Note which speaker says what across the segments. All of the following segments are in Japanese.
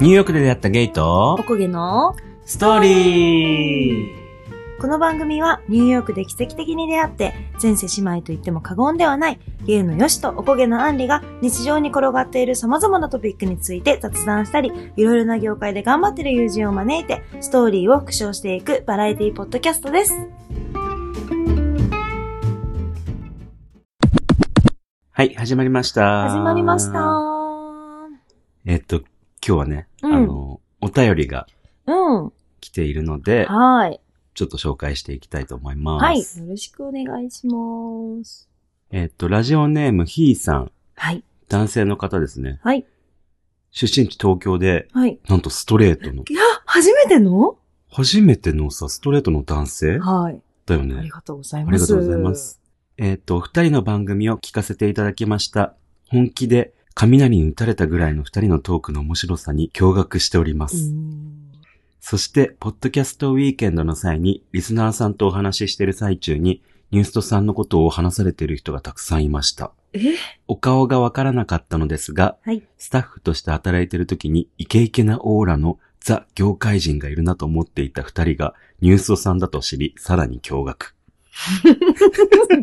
Speaker 1: ニューヨークで出会ったゲイ
Speaker 2: お
Speaker 1: と、
Speaker 2: こげの
Speaker 1: ストーリー
Speaker 2: この番組はニューヨークで奇跡的に出会って前世姉妹と言っても過言ではないゲイのよしとおこげのあんりが日常に転がっている様々なトピックについて雑談したりいろいろな業界で頑張ってる友人を招いてストーリーを復唱していくバラエティポッドキャストです。
Speaker 1: はい、始まりました。
Speaker 2: 始まりました。
Speaker 1: えっと、今日はね、
Speaker 2: うん
Speaker 1: あの、お便りが
Speaker 2: うん。
Speaker 1: 来ているので、
Speaker 2: はい。
Speaker 1: ちょっと紹介していきたいと思います。
Speaker 2: はい。よろしくお願いします。
Speaker 1: えっと、ラジオネームひーさん、
Speaker 2: はい。
Speaker 1: 男性の方ですね。
Speaker 2: はい。
Speaker 1: 出身地東京で、
Speaker 2: はい。
Speaker 1: なんとストレートの、
Speaker 2: いや、初めての
Speaker 1: 初めてのさ、ストレートの男性
Speaker 2: はい。
Speaker 1: だよ
Speaker 2: あり
Speaker 1: ね。
Speaker 2: がとうござい
Speaker 1: あ
Speaker 2: ます。
Speaker 1: りがとうございます。。えっと、お二人の番組を聞かせていただきました。本気で雷に打たれたぐらいの二人のトークの面白さに驚愕しております。そして、ポッドキャストウィーケンドの際に、リスナーさんとお話ししている最中に、ニューストさんのことを話されている人がたくさんいました。
Speaker 2: え
Speaker 1: お顔がわからなかったのですが、
Speaker 2: はい
Speaker 1: スタッフとして働いている時に、イケイケなオーラのザ業界人がいるなと思っていた二人が、ニューストさんだと知り、さらに驚愕。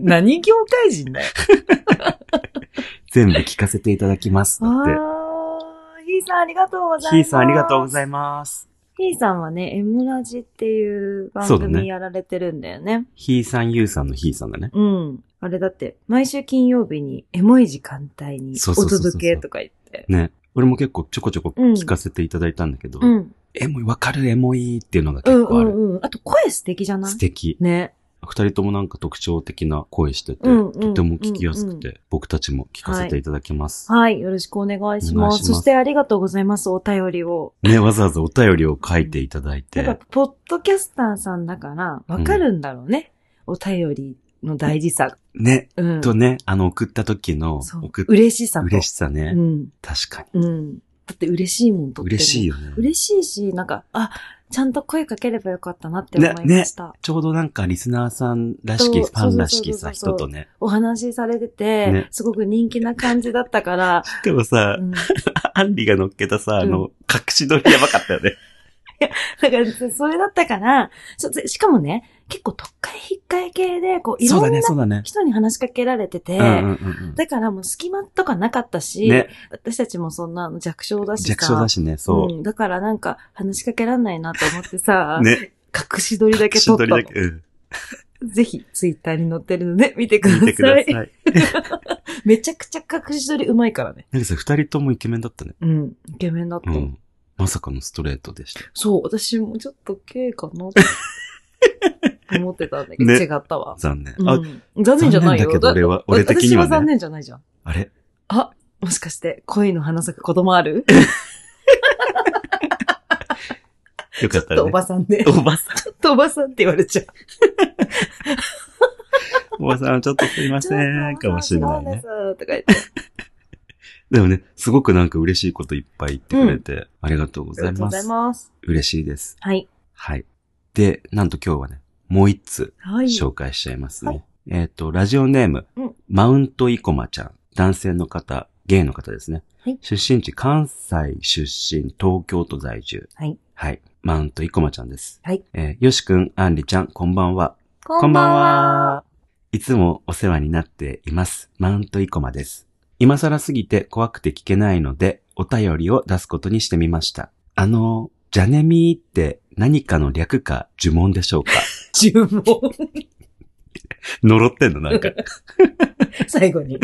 Speaker 2: 何業界人だよ。
Speaker 1: 全部聞かせていただきます。
Speaker 2: あ
Speaker 1: だって。
Speaker 2: ー、ひーさんありがとうございます。
Speaker 1: ヒーさんありがとうございます。
Speaker 2: す。ひーさんはね、エムラジっていう番
Speaker 1: そうだね
Speaker 2: 組やられてるんだよね。
Speaker 1: ヒーさん、ユーさんのヒーさんだね。
Speaker 2: うん。あれだって、毎週金曜日にエモい時間帯に
Speaker 1: そう
Speaker 2: お
Speaker 1: そうそうそう
Speaker 2: 届けとか言って。
Speaker 1: ね。俺も結構ちょこちょこ聞かせていただいたんだけど、
Speaker 2: うん。
Speaker 1: エモい、わかるエモいっていうのが
Speaker 2: うん
Speaker 1: 結
Speaker 2: う
Speaker 1: 構ある。
Speaker 2: んうん。あと声素敵じゃない
Speaker 1: 素敵。
Speaker 2: ね。
Speaker 1: 二人ともなんか特徴的な声してて、
Speaker 2: うんうん
Speaker 1: とても聞きやすくて、
Speaker 2: う
Speaker 1: 僕たちも聞かせていただきます。
Speaker 2: はい。よろしくお願いし
Speaker 1: お願
Speaker 2: ま
Speaker 1: いし
Speaker 2: す。
Speaker 1: ます
Speaker 2: そしてありがとうございます。お便りを。
Speaker 1: ね、わざわざお便りを書いていただいて、
Speaker 2: やっぱ、ポッドキャスターさんだから、わかるんだろうね。お便りの大事さ。
Speaker 1: ね、
Speaker 2: うん。
Speaker 1: とね、あの、送った時の、
Speaker 2: そう
Speaker 1: 送っ
Speaker 2: 嬉しさと。
Speaker 1: 嬉しさね、
Speaker 2: うん。
Speaker 1: 確かに。
Speaker 2: うん。だって嬉しいもんとっても
Speaker 1: 嬉しいよね。
Speaker 2: 嬉しいし、なんか、あ、ちゃんと声かければよかったなって思いました。
Speaker 1: ちょうどなんかリスナーさんらしき、
Speaker 2: そう
Speaker 1: ファンらしき
Speaker 2: そ
Speaker 1: さ、
Speaker 2: うそうそう
Speaker 1: 人
Speaker 2: そう
Speaker 1: とね。
Speaker 2: お話しされてて、
Speaker 1: ね
Speaker 2: すごく人気な感じだっ たから、
Speaker 1: でもさ、
Speaker 2: うん、だ
Speaker 1: アンリが乗っけたさ、あ
Speaker 2: う
Speaker 1: の、隠し撮りやばかったよね。
Speaker 2: から、それだったから、ちょしかもね、結構特会引っかえ系で、こう、い
Speaker 1: そう
Speaker 2: ろ
Speaker 1: だ
Speaker 2: ん
Speaker 1: ね、
Speaker 2: な
Speaker 1: そうだね。
Speaker 2: 人に話しかけられてて、
Speaker 1: うんうんうん
Speaker 2: だからもう隙間とかなかっ
Speaker 1: う
Speaker 2: た
Speaker 1: ん。
Speaker 2: し、
Speaker 1: ね、
Speaker 2: 私たちもそんな弱小だしさ。
Speaker 1: 弱小だしね、そう。、
Speaker 2: うん。だからなんか話しかけらんないなと思ってさ
Speaker 1: ね、
Speaker 2: 隠し撮りだけ
Speaker 1: 隠し
Speaker 2: 撮っ
Speaker 1: 撮
Speaker 2: た
Speaker 1: りだ
Speaker 2: の。
Speaker 1: け、うん。
Speaker 2: ぜひ、ツイッターに載ってるので、見てくだ
Speaker 1: 見
Speaker 2: さ
Speaker 1: て
Speaker 2: い。
Speaker 1: くださ い。
Speaker 2: めちゃくちゃ隠し撮りうまいからね。
Speaker 1: なんかさ、二人ともイケメンだったね。
Speaker 2: うん。イケメンだった。
Speaker 1: うん。まさかのストレートでした。
Speaker 2: そう、私もちょっと K か なって思ってたんだけど、
Speaker 1: ね
Speaker 2: 違ったわ。
Speaker 1: 残念。
Speaker 2: う
Speaker 1: あ、
Speaker 2: ん、残念じゃ
Speaker 1: 残念
Speaker 2: ない
Speaker 1: だ
Speaker 2: よ。
Speaker 1: けど俺は、俺的に
Speaker 2: 私は
Speaker 1: は
Speaker 2: 残
Speaker 1: ね。
Speaker 2: 念じゃないじゃん。
Speaker 1: あれ
Speaker 2: あ、もしかして、恋の花咲く子供ある
Speaker 1: よ
Speaker 2: ち
Speaker 1: か
Speaker 2: ょっ
Speaker 1: ったね。
Speaker 2: とおばさんね。
Speaker 1: おばさん。
Speaker 2: ちょっとおばさんって言われちゃう。
Speaker 1: おばさん、ちょっとすいませ ん。かもしれない
Speaker 2: 違うんで
Speaker 1: ね
Speaker 2: す。とか言って。
Speaker 1: でもね、すごくなんか嬉しいこといっぱい言ってくれて、ありがとうご
Speaker 2: あり
Speaker 1: ざい
Speaker 2: がとう
Speaker 1: ま
Speaker 2: ござい
Speaker 1: す。
Speaker 2: ます。
Speaker 1: 嬉しいです。
Speaker 2: はい。
Speaker 1: はい。で、なんと今日はね、もう一つ
Speaker 2: はい。
Speaker 1: 紹介しちゃいます
Speaker 2: は
Speaker 1: ね。えっと、ラジオネーム
Speaker 2: うん、
Speaker 1: マウントイコマちゃん。男性の方、ゲイの方ですね
Speaker 2: はい。
Speaker 1: 出身地、関西出身、東京都在住。
Speaker 2: はい。
Speaker 1: はい。マウントイコマちゃんです。
Speaker 2: はい。
Speaker 1: えーよしくん、あんりちゃん、こんばんは。
Speaker 2: こんばんは。。
Speaker 1: いつもお世話になっています。マウントイコマです。今更すぎて怖くて聞けないので、お便りを出すことにしてみました。あの、ジャネミーって何かの略か呪文でし ょうか
Speaker 2: 注文。
Speaker 1: 呪ってんのなんか。
Speaker 2: 最後に。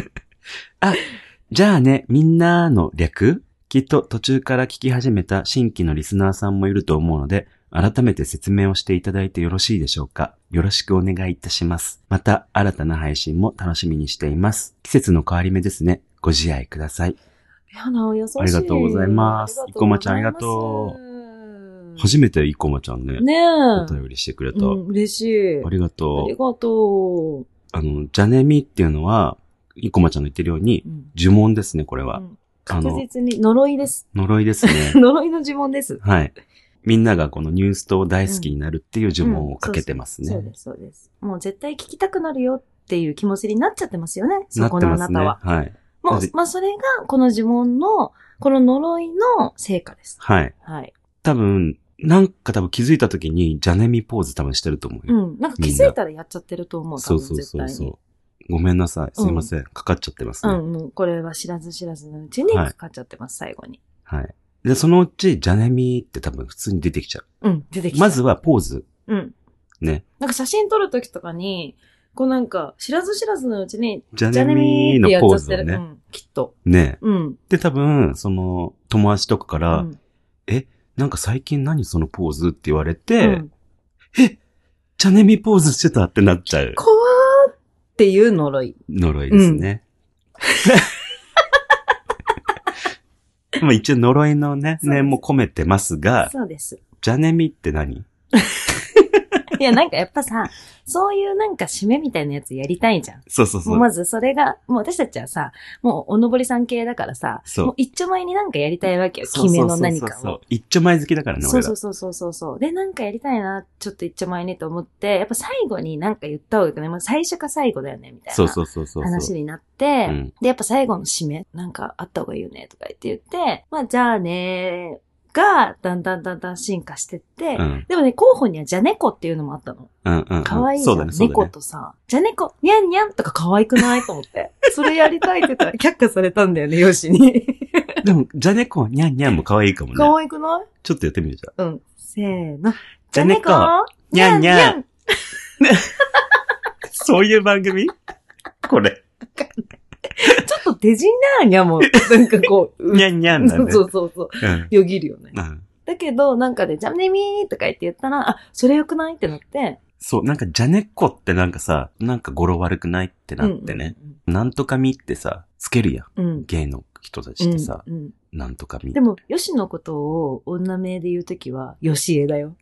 Speaker 1: じゃあね、みんなの略きっと途中から聞き始めた新規のリスナーさんもいると思うので、改めて説明をしていただいてよろしいでしょうかよろしくお願いいたします。また、新たな配信も楽しみにしています。季節の変わり目ですね。ご自愛ください。
Speaker 2: やな、優しい。
Speaker 1: ありがとうございます
Speaker 2: ありがとうご
Speaker 1: 生駒
Speaker 2: ざい
Speaker 1: ちゃんありがと
Speaker 2: う
Speaker 1: 初めてイコマちゃんね、
Speaker 2: ねえ。
Speaker 1: お便りしてくれた。
Speaker 2: うん、嬉しい。
Speaker 1: ありが
Speaker 2: あ
Speaker 1: と
Speaker 2: り
Speaker 1: う。
Speaker 2: がと
Speaker 1: あの、ジャネミっていうのは、イコマちゃんの言ってるように
Speaker 2: う。う、ん
Speaker 1: 呪文ですね、これは。
Speaker 2: うん
Speaker 1: あ
Speaker 2: 確
Speaker 1: の、
Speaker 2: 実に呪いです。
Speaker 1: 呪いですね。
Speaker 2: 呪いの呪文です。
Speaker 1: はい。みんながこのニュースと大好きになるっていう呪文をかけてます
Speaker 2: そう
Speaker 1: ね
Speaker 2: で。す、そうです。もう絶対聞きたくなるよっていう気持ちになっちゃってますよね。
Speaker 1: な
Speaker 2: そ
Speaker 1: っ
Speaker 2: こ
Speaker 1: て
Speaker 2: のあ
Speaker 1: ま
Speaker 2: な
Speaker 1: す
Speaker 2: た
Speaker 1: ね。
Speaker 2: は。
Speaker 1: はい。
Speaker 2: も
Speaker 1: なぜ
Speaker 2: う、まあ、それが、この呪文の、この呪いの成果です。
Speaker 1: はい。
Speaker 2: はい。
Speaker 1: 多分、なんか多分気づいた時に、ジャネミポーズ多分してると思う
Speaker 2: う
Speaker 1: よ。
Speaker 2: ん。なんか気づいたらやっちゃってると思う。多
Speaker 1: そう
Speaker 2: 分
Speaker 1: そう
Speaker 2: 絶
Speaker 1: そう
Speaker 2: 対に。
Speaker 1: そう。ごめんなさい。すいません。かかっちゃってます
Speaker 2: う
Speaker 1: ね。
Speaker 2: ん、もうこれは知らず知らずのうちに
Speaker 1: はい
Speaker 2: かかっちゃってます、最後に。
Speaker 1: はい。で、そのうち、ジャネミって多分普通に出てきちゃう。
Speaker 2: うん、出てきた。
Speaker 1: まずはポーズ。
Speaker 2: うん。
Speaker 1: ね。
Speaker 2: なんか写真撮るときとかに、こうなんか、知らず知らずのうちに、
Speaker 1: ジャ
Speaker 2: ジャ
Speaker 1: ネ
Speaker 2: ネミ
Speaker 1: ミ
Speaker 2: ーって
Speaker 1: の
Speaker 2: やっ
Speaker 1: ポ
Speaker 2: ち
Speaker 1: ー
Speaker 2: ゃっ
Speaker 1: ズ
Speaker 2: て
Speaker 1: を
Speaker 2: る。う
Speaker 1: ね。
Speaker 2: ん、きっと。
Speaker 1: ね。
Speaker 2: うん。
Speaker 1: で、多分、その、友達とかか
Speaker 2: う
Speaker 1: ら、
Speaker 2: ん
Speaker 1: なんか最近何そのポーズって言われ
Speaker 2: う
Speaker 1: て、
Speaker 2: ん
Speaker 1: ジャネミポーズしてたってなっちゃう
Speaker 2: 怖ーっていう呪い。
Speaker 1: 呪いですね。 まあ一応呪いのね、
Speaker 2: そうです
Speaker 1: 念も込めてますが、
Speaker 2: そうです。
Speaker 1: ジャネミって何
Speaker 2: いや、なんかやっぱさ、そういうなんか締めみたいなやつやりたいじゃん。
Speaker 1: そうそう
Speaker 2: も
Speaker 1: そうう。
Speaker 2: まずそれが、もう私たちはさ、もうおのぼりさん系だからさ、
Speaker 1: そう
Speaker 2: もう一丁前になんかやりたいわけよ。
Speaker 1: そう
Speaker 2: 決
Speaker 1: そう
Speaker 2: め
Speaker 1: そうそ
Speaker 2: の
Speaker 1: う
Speaker 2: 何かを。
Speaker 1: そう一丁前好きだからね、
Speaker 2: そ
Speaker 1: 俺
Speaker 2: うそ
Speaker 1: ら
Speaker 2: う。そうそうそうそう。で、なんかやりたいな、ちょっと一丁前にと思って、やっぱ最後になんか言った方がいいかね。もう最初か最後だよね、みたい
Speaker 1: そう
Speaker 2: な
Speaker 1: そうそうそう。
Speaker 2: 話になって、
Speaker 1: うん
Speaker 2: で、やっぱ最後の締め、なんかあった方がいいよね、とか言って言って、まあ、じゃあねーが、だんだんだんだん進化してって、
Speaker 1: うん。
Speaker 2: でもね、候補にはじゃねこっていうのもあったの。
Speaker 1: うんうんうん。
Speaker 2: 可愛いじ
Speaker 1: そ
Speaker 2: ゃ、
Speaker 1: うんだね、そうだ
Speaker 2: 猫
Speaker 1: ね。
Speaker 2: とさ、じゃねこ、にゃんにゃんとか可愛くないと思って。それやりたいって言ったら却下されたんだよね、よしに。
Speaker 1: でも、ジャネコ、ニャンニャンも可愛いかもね。
Speaker 2: 可愛くない
Speaker 1: ちょっとやってみるじゃん。
Speaker 2: うん。せーの。
Speaker 1: じゃねこにゃんにゃん
Speaker 2: ん。
Speaker 1: そういう番組これ。
Speaker 2: ちょっとデジなーに ゃもう、なんかこう、う
Speaker 1: ニャンニャンなんだ
Speaker 2: そ
Speaker 1: よ。
Speaker 2: うそうそう。
Speaker 1: うん。
Speaker 2: よぎるよね。
Speaker 1: うん
Speaker 2: だけど、なんかで、じゃねみーとか言って言ったら、あ、それよくないってなって。
Speaker 1: そう、なんか、ジャネッコってなんかさ、なんか語呂悪くないってなってね。なんとかみってさ、つけるやん。
Speaker 2: うん。うん。
Speaker 1: ゲイの人た
Speaker 2: う
Speaker 1: ちっ
Speaker 2: ん。
Speaker 1: てさ、
Speaker 2: うん。
Speaker 1: なんとかみ
Speaker 2: で。も、よしのことを女名で言うときは、よしえだよ。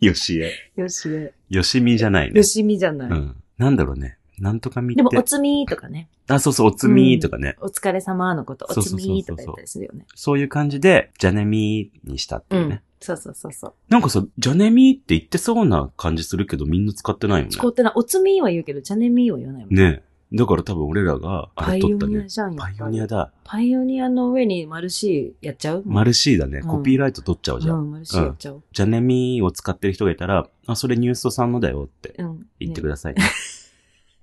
Speaker 1: よしえ。
Speaker 2: よしえ。
Speaker 1: よしみじゃないね
Speaker 2: よ。しみじゃな
Speaker 1: う
Speaker 2: い。
Speaker 1: ん。なんだろうね。なんとかみ
Speaker 2: でも
Speaker 1: っ、て
Speaker 2: お。つみーとかね。
Speaker 1: あ、そうそう、おつみとかね。
Speaker 2: お疲れ様のこと、
Speaker 1: そ
Speaker 2: お
Speaker 1: うそうそ
Speaker 2: つ
Speaker 1: うそう
Speaker 2: みーとか言ったりするよね。
Speaker 1: そういう感じで、ジャネミにしたって
Speaker 2: う
Speaker 1: いうね。
Speaker 2: ん。そうそうそうそう。
Speaker 1: なんかさ、ジャネミって言ってそうな感じするけど、みんな使ってないよね。
Speaker 2: 使ってない。おつみーは言うけど、じゃねみーは言わないもん。
Speaker 1: ねえ。だから多分俺らが、あ
Speaker 2: パ
Speaker 1: れ
Speaker 2: イ
Speaker 1: 取
Speaker 2: オ
Speaker 1: った
Speaker 2: ニア
Speaker 1: ね。
Speaker 2: じゃん。やっ
Speaker 1: パ
Speaker 2: ぱ
Speaker 1: イ
Speaker 2: り
Speaker 1: オニアだ。
Speaker 2: パイオニアの上にマルシーやっちゃう
Speaker 1: マルシーだね。
Speaker 2: うん
Speaker 1: コピーライト取っちゃ
Speaker 2: う
Speaker 1: うんじゃん。
Speaker 2: マルシーやっちゃう。
Speaker 1: ジャネミを使ってる人がいたら、あ、それニューストさんのだよって
Speaker 2: うん。ね
Speaker 1: 言ってくださいね。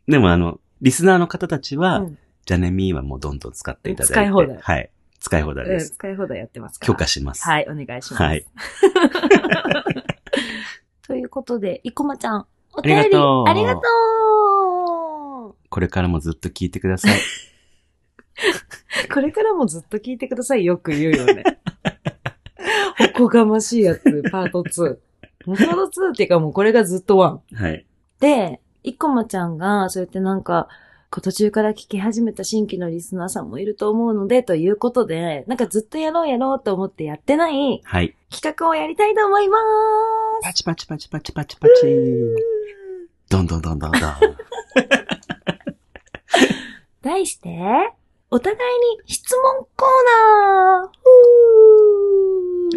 Speaker 1: でもあの、リスナーの方たちは、
Speaker 2: うん
Speaker 1: ジャネミーはもうどんどん使っていただいて。
Speaker 2: 使い放題
Speaker 1: はい。使い放題で
Speaker 2: うん
Speaker 1: す。
Speaker 2: 使い放題やってますから。
Speaker 1: 許可します。
Speaker 2: はい、お願いします。
Speaker 1: はい。
Speaker 2: ということで、いこまちゃん、お
Speaker 1: り
Speaker 2: 便り
Speaker 1: がとう
Speaker 2: ありがとう
Speaker 1: これからもずっと聞いてください。
Speaker 2: これからもずっと聞いてください。よく言うよ ね。おこがましいやつ、パート2。もうパート2っていうかもうこれがずっと1。
Speaker 1: はい。
Speaker 2: で、いこまちゃんが、そうやってなんか、こう途中から聞き始めた新規のリスナーさんもいると思うので、ということで、なんかずっとやろうやろうと思ってやってない
Speaker 1: はい。
Speaker 2: 企画をやりたいと思いまーす。
Speaker 1: パチパチパチパチパチパチ。どんどんどんどんどん。
Speaker 2: 題して、お互いに質問コーナー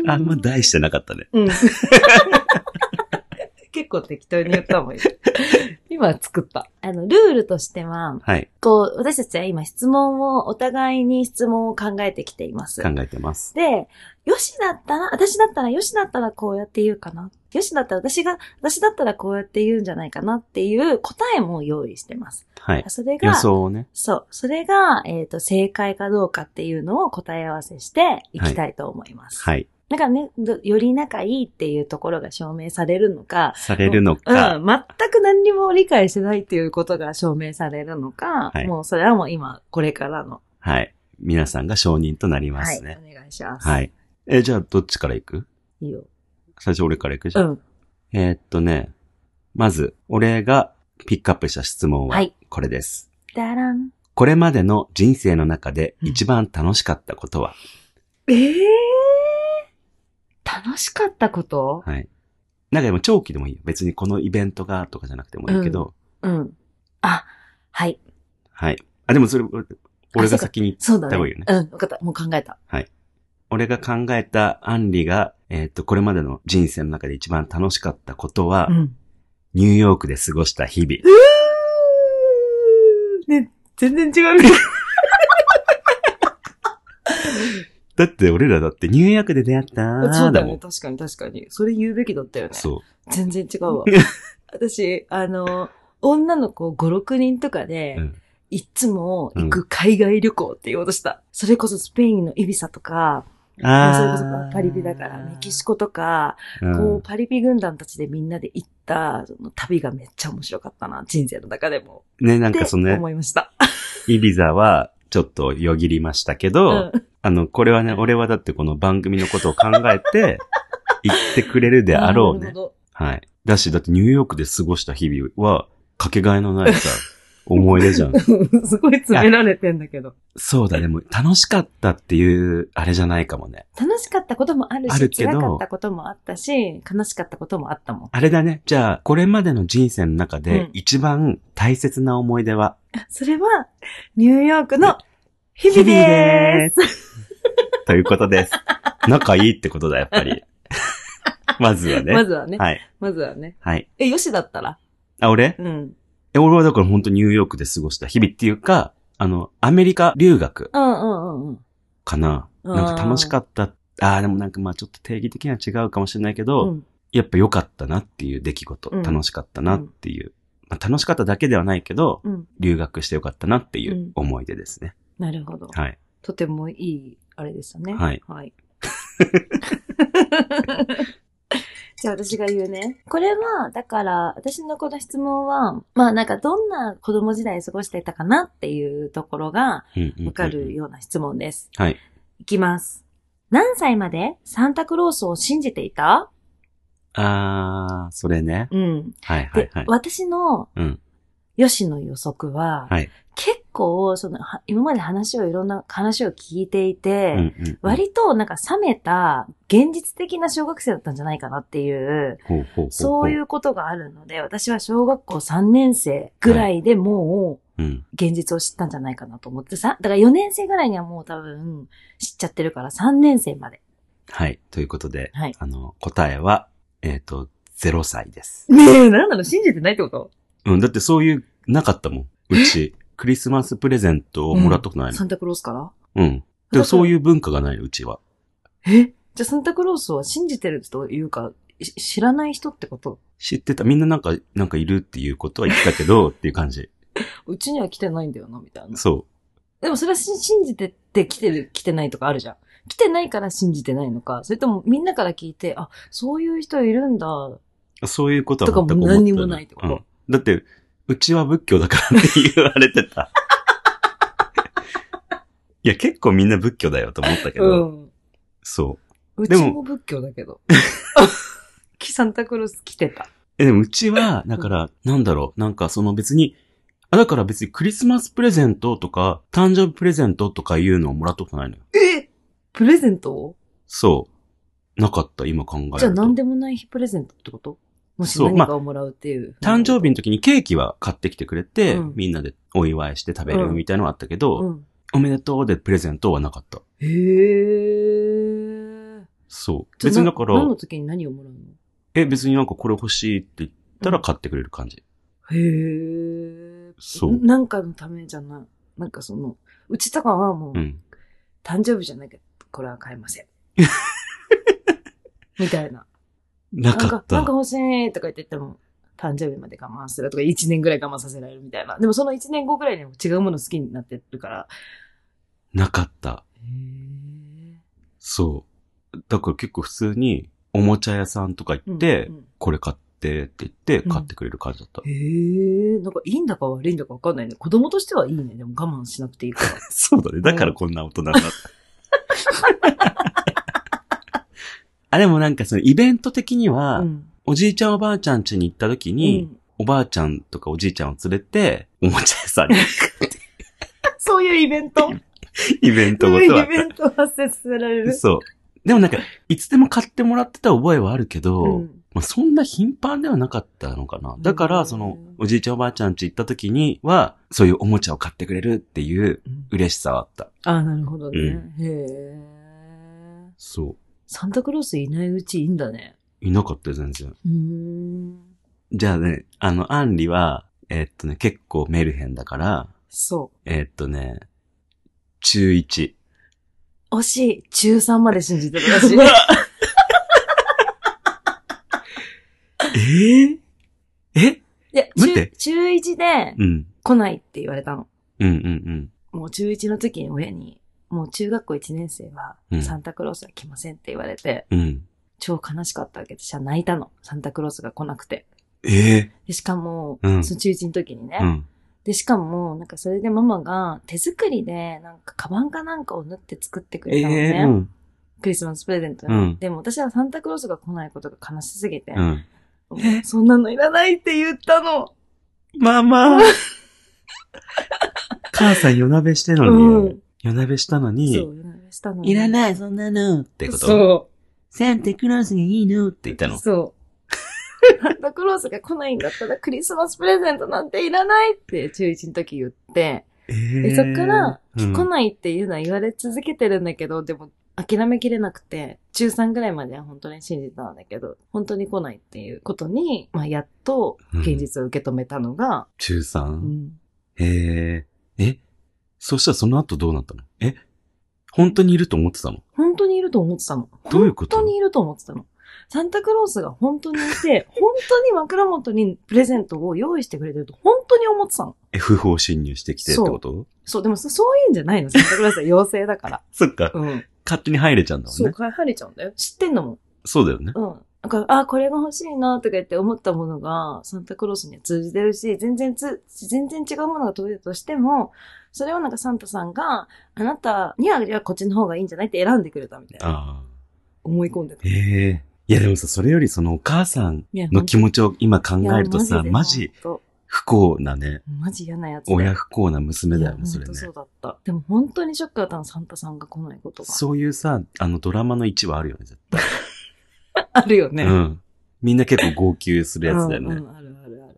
Speaker 2: ふー
Speaker 1: あんま大してなかったね。
Speaker 2: うん。結構適当に言ったもん。今作った。あの、ルールとしては、
Speaker 1: はい。
Speaker 2: こう、私たちは今質問を、お互いに質問を考えてきています。
Speaker 1: 考えてます。
Speaker 2: で、よしだったら、私だったら、よしだったらこうやって言うかな。よしだったら、私が、私だったらこうやって言うんじゃないかなっていう答えも用意してます。
Speaker 1: はい。
Speaker 2: それが、
Speaker 1: 予想をね。
Speaker 2: そう。それが、えっ、と、正解かどうかっていうのを答え合わせしていきたいと思います。
Speaker 1: はい。
Speaker 2: だからね、どより仲いいっていうところが証明されるのか、
Speaker 1: されるの
Speaker 2: うん、
Speaker 1: か。
Speaker 2: 全く何にも理解してないっていうことが証明されるのか、
Speaker 1: はい
Speaker 2: もうそれはもう今、これからの。
Speaker 1: はい。皆さんが承認となりま
Speaker 2: はい、
Speaker 1: すね。
Speaker 2: お願いします。
Speaker 1: はい。え、じゃあ、どっちから行く
Speaker 2: いいよ。
Speaker 1: 最初俺から行くじ
Speaker 2: う
Speaker 1: ゃん。
Speaker 2: ん。
Speaker 1: えーっとね、まず、俺がピックアップした質問は
Speaker 2: はい、
Speaker 1: これです。
Speaker 2: だらん。
Speaker 1: これまでの人生の中で
Speaker 2: うん
Speaker 1: 一番楽しかったことは、
Speaker 2: ええー、楽しかったこと
Speaker 1: はい。なんかでも長期でもいいよ。別にこのイベントがとかじゃなくてもいいけど、
Speaker 2: うん。あ、はい。
Speaker 1: はい。あ、でもそれ、俺俺が先に、
Speaker 2: そうだね。
Speaker 1: 多分いいよね
Speaker 2: うん、わかった。もう考えた。
Speaker 1: 俺が考えた案里が、えーっと、これまでの人生の中で一番楽しかったことは、
Speaker 2: うん。
Speaker 1: ニューヨークで過ごした日々。
Speaker 2: うね、全然違うね。
Speaker 1: だって俺らだってニューヨークで出会った
Speaker 2: そ
Speaker 1: ー
Speaker 2: う
Speaker 1: だ
Speaker 2: だ
Speaker 1: もん
Speaker 2: ね。。確かに確かに。それ言うべきだったよね。
Speaker 1: そ
Speaker 2: 全然 違うわ。私、あの、女の子5、6人とかで、
Speaker 1: うん
Speaker 2: いつも行く海外旅行って言おうとした。それこそスペインのイビサとか、
Speaker 1: う。あ
Speaker 2: それこ
Speaker 1: あ。
Speaker 2: そパリピだから、メキシコとか、
Speaker 1: コ
Speaker 2: こう、パリピ軍団たちでみんなで行った、その旅がめっちゃ面白かったな、人生の中でも。
Speaker 1: ね、なん
Speaker 2: って
Speaker 1: かそのね、
Speaker 2: 思いました。
Speaker 1: イビザはちょっとよぎりましたけど、
Speaker 2: うん
Speaker 1: あの、これはね、俺はだってこの番組のことを考え て、言ってくれるであろう
Speaker 2: な
Speaker 1: ね
Speaker 2: る。ほど
Speaker 1: はい。だし、だってニューヨークで過ごした日々は、かけがえのないさ、思い出じ ゃん。
Speaker 2: すごい詰められてんだけど。
Speaker 1: そうだ、でも楽しかったっていう、あれじゃないかもね。
Speaker 2: 楽しかったこともあるし、
Speaker 1: あるけど
Speaker 2: 辛かったこともあったし、悲しかったこともあったもん。
Speaker 1: あれだね。じゃあ、これまでの人生の中
Speaker 2: う
Speaker 1: で
Speaker 2: ん
Speaker 1: 一番大切な思い出は、
Speaker 2: それは、ニューヨークの日々でーす。
Speaker 1: ということ です。仲いいってことだ、やっぱり。まずはね。
Speaker 2: まずはね、
Speaker 1: はい。
Speaker 2: まずはね。
Speaker 1: はい。
Speaker 2: え、よしだったら
Speaker 1: あ、俺
Speaker 2: うん。
Speaker 1: え俺はだから本当ニューヨークで過ごした日々っていうか、あの、アメリカ留学
Speaker 2: うんうんうんうん。
Speaker 1: かな。
Speaker 2: うん
Speaker 1: なんか楽しかった。ああ、でもなんかまあちょっと定義的には違うかもしれないけど、
Speaker 2: うん
Speaker 1: やっぱ良かったなっていう出来事。
Speaker 2: うん
Speaker 1: 楽しかったなっていう。まあ楽しかっただけではないけど、
Speaker 2: うん。
Speaker 1: 留学して良かったなっていうんう思い出ですね。
Speaker 2: なるほど。
Speaker 1: はい。
Speaker 2: とてもいい、あれでしたね。
Speaker 1: はい。
Speaker 2: はい。 じゃあ私が言うね。これは、だから、私のこの質問は、まあなんかどんな子供時代過ごしてたかなっていうところが
Speaker 1: うんうんうんうん
Speaker 2: わかる。ような質問です。
Speaker 1: はい。
Speaker 2: いきます。何歳までサンタクロースを信じていた
Speaker 1: ああ、それね。
Speaker 2: うん。
Speaker 1: はいは
Speaker 2: で
Speaker 1: い、はい。
Speaker 2: 私の、
Speaker 1: うん。
Speaker 2: ヨシの予測は、
Speaker 1: はい。
Speaker 2: 結構、その、は今まで話をいろんな話を聞いていて、
Speaker 1: うんうんうん、
Speaker 2: 割となんか冷めた現実的な小学生だったんじゃないかなっていう、
Speaker 1: ほうほうほうほう
Speaker 2: そういうことがあるので、私は小学校3年生ぐらいでもう
Speaker 1: うん。
Speaker 2: 現実を知ったんじゃないかなと思ってさ、だから4年生ぐらいにはもう多分知っちゃってるから3年生まで。
Speaker 1: はい。ということで、
Speaker 2: はい
Speaker 1: あの、答えは、えっ、と、0歳です。
Speaker 2: ねえ、なんなの信じてないってこと
Speaker 1: うん、だってそういう、なかったもん。うち、クリスマスプレゼントをもらったことないも
Speaker 2: サ
Speaker 1: ん。
Speaker 2: ンタクロースから。
Speaker 1: うん。でもそういうう文化がないの、うちは。
Speaker 2: えじゃあサンタクロースは信じてるというか、し知らない人ってこと
Speaker 1: 知ってた。みんななんか、なんかいるっていうことは言ってたけど、っていう感じ。
Speaker 2: うちには来てないんだよな、みたいな。
Speaker 1: そ
Speaker 2: でもそれはし信じてって来てる、来てないとかあるじゃん。来てないから信じてないのか、それともみんなから聞いて、あ、そういう人いるんだ。
Speaker 1: う。そういうことは全く
Speaker 2: とか
Speaker 1: 思
Speaker 2: もう
Speaker 1: って
Speaker 2: 何にもないってこと
Speaker 1: うんだって、うちは仏教だからって言われて た。いや、結構みんな仏教だよと思ったけど、
Speaker 2: うん。
Speaker 1: そう。
Speaker 2: う
Speaker 1: で
Speaker 2: ち
Speaker 1: も
Speaker 2: も仏教だけど。 きサンタクロース来てた。
Speaker 1: え、でもうち は、だから、なんだろう、なんかその別に、あ、だから別にクリスマスプレゼントとか、誕生日プレゼントとかいうのをもらったことないのよ。
Speaker 2: えプレゼントを
Speaker 1: そう。なかった、今考えると。
Speaker 2: じゃあ何でもない日プレゼントってこともし
Speaker 1: そう
Speaker 2: 何かをもらうっていう。
Speaker 1: 誕生日の時にケーキは買ってきてくれて、
Speaker 2: うん
Speaker 1: みんなでお祝いして食べるみたいなのはあったけど、
Speaker 2: うん。
Speaker 1: おめでとうでプレゼントはなかった。
Speaker 2: へー。
Speaker 1: そう。
Speaker 2: じゃあ
Speaker 1: 別にだから
Speaker 2: な、何の時に何をもらうの
Speaker 1: え、別になんかこれ欲しいって言ったら買ってくれる感じ。
Speaker 2: へー。
Speaker 1: そう
Speaker 2: なんかのためじゃない。なんかその、うちとかはもう、
Speaker 1: うん。
Speaker 2: 誕生日じゃなきゃ、これは買えません。 みたいな。
Speaker 1: なかった。
Speaker 2: なんか欲しいとか言ってても、誕生日まで我慢するとか、1年ぐらい我慢させられるみたいな。でもその1年後ぐらいにも違うもの好きになってるから。
Speaker 1: なかった。そう。だから結構普通に、おもちゃ屋さんとか行って、
Speaker 2: うんうん
Speaker 1: これ買ってって言って、
Speaker 2: うん
Speaker 1: 買ってくれる感じだった。
Speaker 2: へえ、なんかいいんだか悪いんだかわかんないね。子供としてはいいね。でも我慢しなくていいから。
Speaker 1: そうだね。だからこんな大人になった。 あ、でもなんかそのイベント的に は、
Speaker 2: うん
Speaker 1: おじいちゃんおばあちゃん家に行った時に、おばあちゃんとかおじいちゃんを連れて、おもちゃ屋さんに
Speaker 2: そういうイベント
Speaker 1: イベン
Speaker 2: そ
Speaker 1: ト
Speaker 2: う
Speaker 1: ご
Speaker 2: い
Speaker 1: と
Speaker 2: う
Speaker 1: は
Speaker 2: イ。ベント発生させられる。
Speaker 1: そう。でもなんか、いつでも買ってもらってた覚えはあるけど、
Speaker 2: うん
Speaker 1: まあ、そんな頻繁ではなかったのかな。だか
Speaker 2: う
Speaker 1: ら、
Speaker 2: ん
Speaker 1: その、おじいちゃんおばあちゃん家行った時には、そういうおもちゃを買ってくれるっていう嬉しさはあった。
Speaker 2: ああ、なるほどね。
Speaker 1: う
Speaker 2: へえ。
Speaker 1: そ
Speaker 2: サンタクロースいないうちいいんだね。
Speaker 1: う。いなかったよ、全然。
Speaker 2: うーん。
Speaker 1: じゃあね、あの、アンリは、えっとね、結構メルヘンだから、
Speaker 2: そ
Speaker 1: えーっとね、中1。
Speaker 2: う。惜しい。中3まで信じてた私。
Speaker 1: えええ
Speaker 2: いや、
Speaker 1: 待って
Speaker 2: 中、中1で
Speaker 1: うん。
Speaker 2: 来ないって言われたの。
Speaker 1: うんうん
Speaker 2: もう中1の時に親に、もう中学校1年生は
Speaker 1: うん
Speaker 2: サンタクロースは来ませんって言われて、
Speaker 1: うん。うん。
Speaker 2: 超悲しかったわけで、私は泣いたの。サンタクロースが来なくて。
Speaker 1: ええ
Speaker 2: でしかも、
Speaker 1: うん
Speaker 2: その中1の時にね、
Speaker 1: うん。
Speaker 2: で、しかも、なんかそれでママが手作りで、なんかカバンかなんかを縫って作ってく
Speaker 1: え
Speaker 2: れたのね。
Speaker 1: えうん。
Speaker 2: クリスマスプレゼントに、
Speaker 1: うん
Speaker 2: でも私はサンタクロースが来ないことが悲しすぎて、
Speaker 1: うん。
Speaker 2: もうそんなのいらないって言ったの。
Speaker 1: ママ 母さん夜鍋してんのに、
Speaker 2: うん。
Speaker 1: 夜鍋したの
Speaker 2: そう、
Speaker 1: に、
Speaker 2: 夜鍋したのに。
Speaker 1: いら
Speaker 2: いっ
Speaker 1: ない、そんなのってこ
Speaker 2: て
Speaker 1: と
Speaker 2: そう。
Speaker 1: サンタクロースがいいのって言ったの。
Speaker 2: そう。サンタクロースが来ないんだったらクリスマスプレゼントなんていらないって中1の時言って、
Speaker 1: え
Speaker 2: でそっから、
Speaker 1: うん
Speaker 2: 来ないっていうのは言われ続けてるんだけど、でも諦めきれなくて、中3ぐらいまでは本当に信じてたんだけど、本当に来ないっていうことに、まあやっと現実を受け止めたのが、
Speaker 1: 中 3?
Speaker 2: うん
Speaker 1: へえ。えそしたらその後どうなったのえ本当にいると思ってたの
Speaker 2: 本当にいると思ってたの。
Speaker 1: どういうこと
Speaker 2: 本当にいると思ってたの。サンタクロースが本当にい て、本当に枕元にプレゼントを用意してくれてると本当に思ってたの。
Speaker 1: え、不法侵入してきてってこと
Speaker 2: そう、でもそそういうんじゃないの、サンタクロースは妖精だから。
Speaker 1: そっか、
Speaker 2: うん。
Speaker 1: 勝手に入れちゃうんだもんね。
Speaker 2: そう、買い入れちゃうんだよ。知ってんのもん。
Speaker 1: そうだよね。
Speaker 2: うん。なんか、あ、これが欲しいなとか言って思ったものが、サンタクロースには通じてるし、全然つ、全然違うものが届いたとしても、それをなんかサンタさんが、あなたには、じゃあこっちの方がいいんじゃないって選んでくれたみたいな。
Speaker 1: あ
Speaker 2: 思い込んで
Speaker 1: あ。
Speaker 2: た。
Speaker 1: へえ。いやでもさ、それよりそのお母さん
Speaker 2: いや
Speaker 1: の気持ちを今考えるとさ、
Speaker 2: いや
Speaker 1: マジ
Speaker 2: でほんと
Speaker 1: 不幸なね、
Speaker 2: マジ嫌なやつだよ。
Speaker 1: 親不幸な娘だよ
Speaker 2: いや
Speaker 1: ね、それ
Speaker 2: ほん
Speaker 1: ね
Speaker 2: と。そうだった。でも本当にショックだったの、サンタさんが来ないことが。
Speaker 1: そういうさ、あのドラマの1話あるよね、絶対。
Speaker 2: あるよね。
Speaker 1: うん。みんな結構号泣するやつだよ
Speaker 2: うん
Speaker 1: ね。
Speaker 2: うんあるあるある。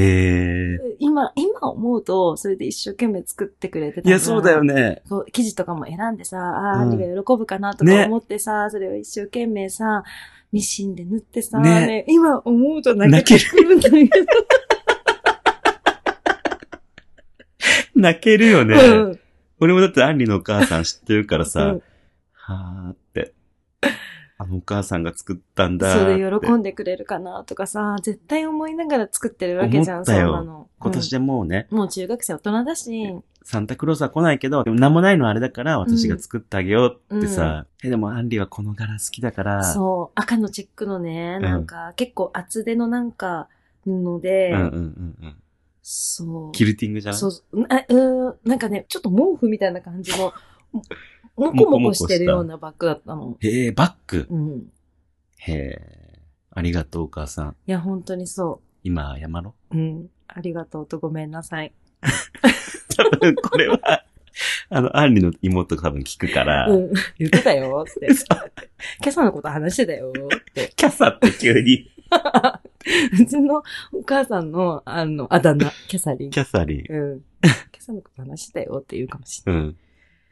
Speaker 1: へえ。
Speaker 2: 今、今思うと、それで一生懸命作ってくれてた
Speaker 1: いや、そうだよ
Speaker 2: ね。
Speaker 1: ね。
Speaker 2: こう、記事とかも選んでさ、ああ、
Speaker 1: うん
Speaker 2: 兄が喜ぶかなと
Speaker 1: ね
Speaker 2: か思ってさ、それを一生懸命さ、ミシンで縫ってさ、
Speaker 1: ね
Speaker 2: ね今思うと泣けてくるんだけど。
Speaker 1: 泣けるよね。
Speaker 2: うん
Speaker 1: 俺もだってアンリのお母さん知ってるからさ、
Speaker 2: うん
Speaker 1: はーって。あのお母さんが作ったんだ
Speaker 2: それ
Speaker 1: ーって
Speaker 2: 喜。んでくれるかなとかさ、絶対思いながら作ってるわけじゃ
Speaker 1: 思っ
Speaker 2: ん、そ
Speaker 1: た
Speaker 2: ん
Speaker 1: よ
Speaker 2: なの。
Speaker 1: 今年でもうね、
Speaker 2: うんもう中学生大人だし、
Speaker 1: サンタクロースは来ないけど、でも何もないのはあれだから私が作ってあげようってさ、え、でもアンリはこの柄好きだから、
Speaker 2: そう、赤のチェックのね、
Speaker 1: ん
Speaker 2: なんか、結構厚手のなんか、布で、
Speaker 1: うんうんうんうん。
Speaker 2: そう。
Speaker 1: キルティングじゃない
Speaker 2: そうそう、あうーん、なんかね、ちょっと毛布みたいな感じ の、ももこもこしてるようなバッグだったの。
Speaker 1: へえ、バッグ。
Speaker 2: うん。い
Speaker 1: へえ。ありがとうお母さん。
Speaker 2: や、本当にそ
Speaker 1: 今謝 ろ
Speaker 2: う。うん。ありがとうとごめんなさい。
Speaker 1: う。多分これは、あの、アンリの妹が多分聞くから、
Speaker 2: うん。言ってたよって。
Speaker 1: そ
Speaker 2: 今朝のこと話してたよって。
Speaker 1: キャサって急に、
Speaker 2: うちのお母さんの、あの、あだ名、キャサリン。
Speaker 1: キャサリン。
Speaker 2: うん。今朝のこと話してたよって言うかもしれ
Speaker 1: う
Speaker 2: ない。
Speaker 1: ん。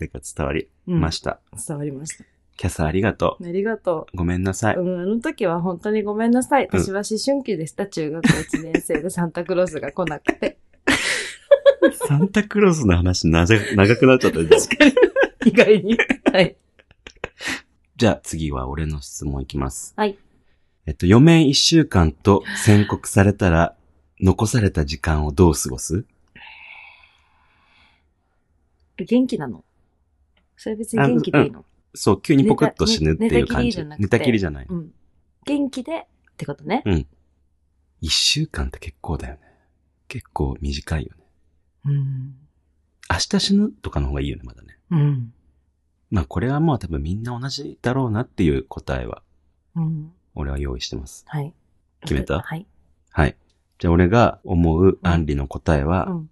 Speaker 1: なんか伝わり
Speaker 2: うん。
Speaker 1: ました。
Speaker 2: 伝わりました。
Speaker 1: キャサありがと
Speaker 2: ありがとう。
Speaker 1: う。ごめんなさい。
Speaker 2: うん、あの時は本当にごめんなさい。私は思春期でした。中学校1 年生でサンタクロースが来なくて。
Speaker 1: サンタクロースの話なぜ 長くなっちゃったね
Speaker 2: 意外に。はい。
Speaker 1: じゃあ次は俺の質問いきます。
Speaker 2: はい。
Speaker 1: えっと、余命一週間と宣告されたら、残された時間をどう過ごす
Speaker 2: 元気なのそれ別に元気でいいの
Speaker 1: そう、急にポクッと死ぬっていう感じ。
Speaker 2: 寝た
Speaker 1: 寝
Speaker 2: 寝
Speaker 1: た
Speaker 2: た
Speaker 1: き
Speaker 2: き
Speaker 1: り
Speaker 2: り
Speaker 1: じゃない。
Speaker 2: うん。元気でってことね。
Speaker 1: 一週間って結構だよね。結構短いよね。
Speaker 2: うん。
Speaker 1: 明日死ぬとかの方がいいよね、まだね。
Speaker 2: うん。
Speaker 1: まあこれはもう多分みんな同じだろうなっていう答えは、
Speaker 2: うん。
Speaker 1: 俺は用意してます。
Speaker 2: はい。
Speaker 1: 決めた
Speaker 2: はい。
Speaker 1: はい。じゃあ俺が思うアンリの答えは、
Speaker 2: うん。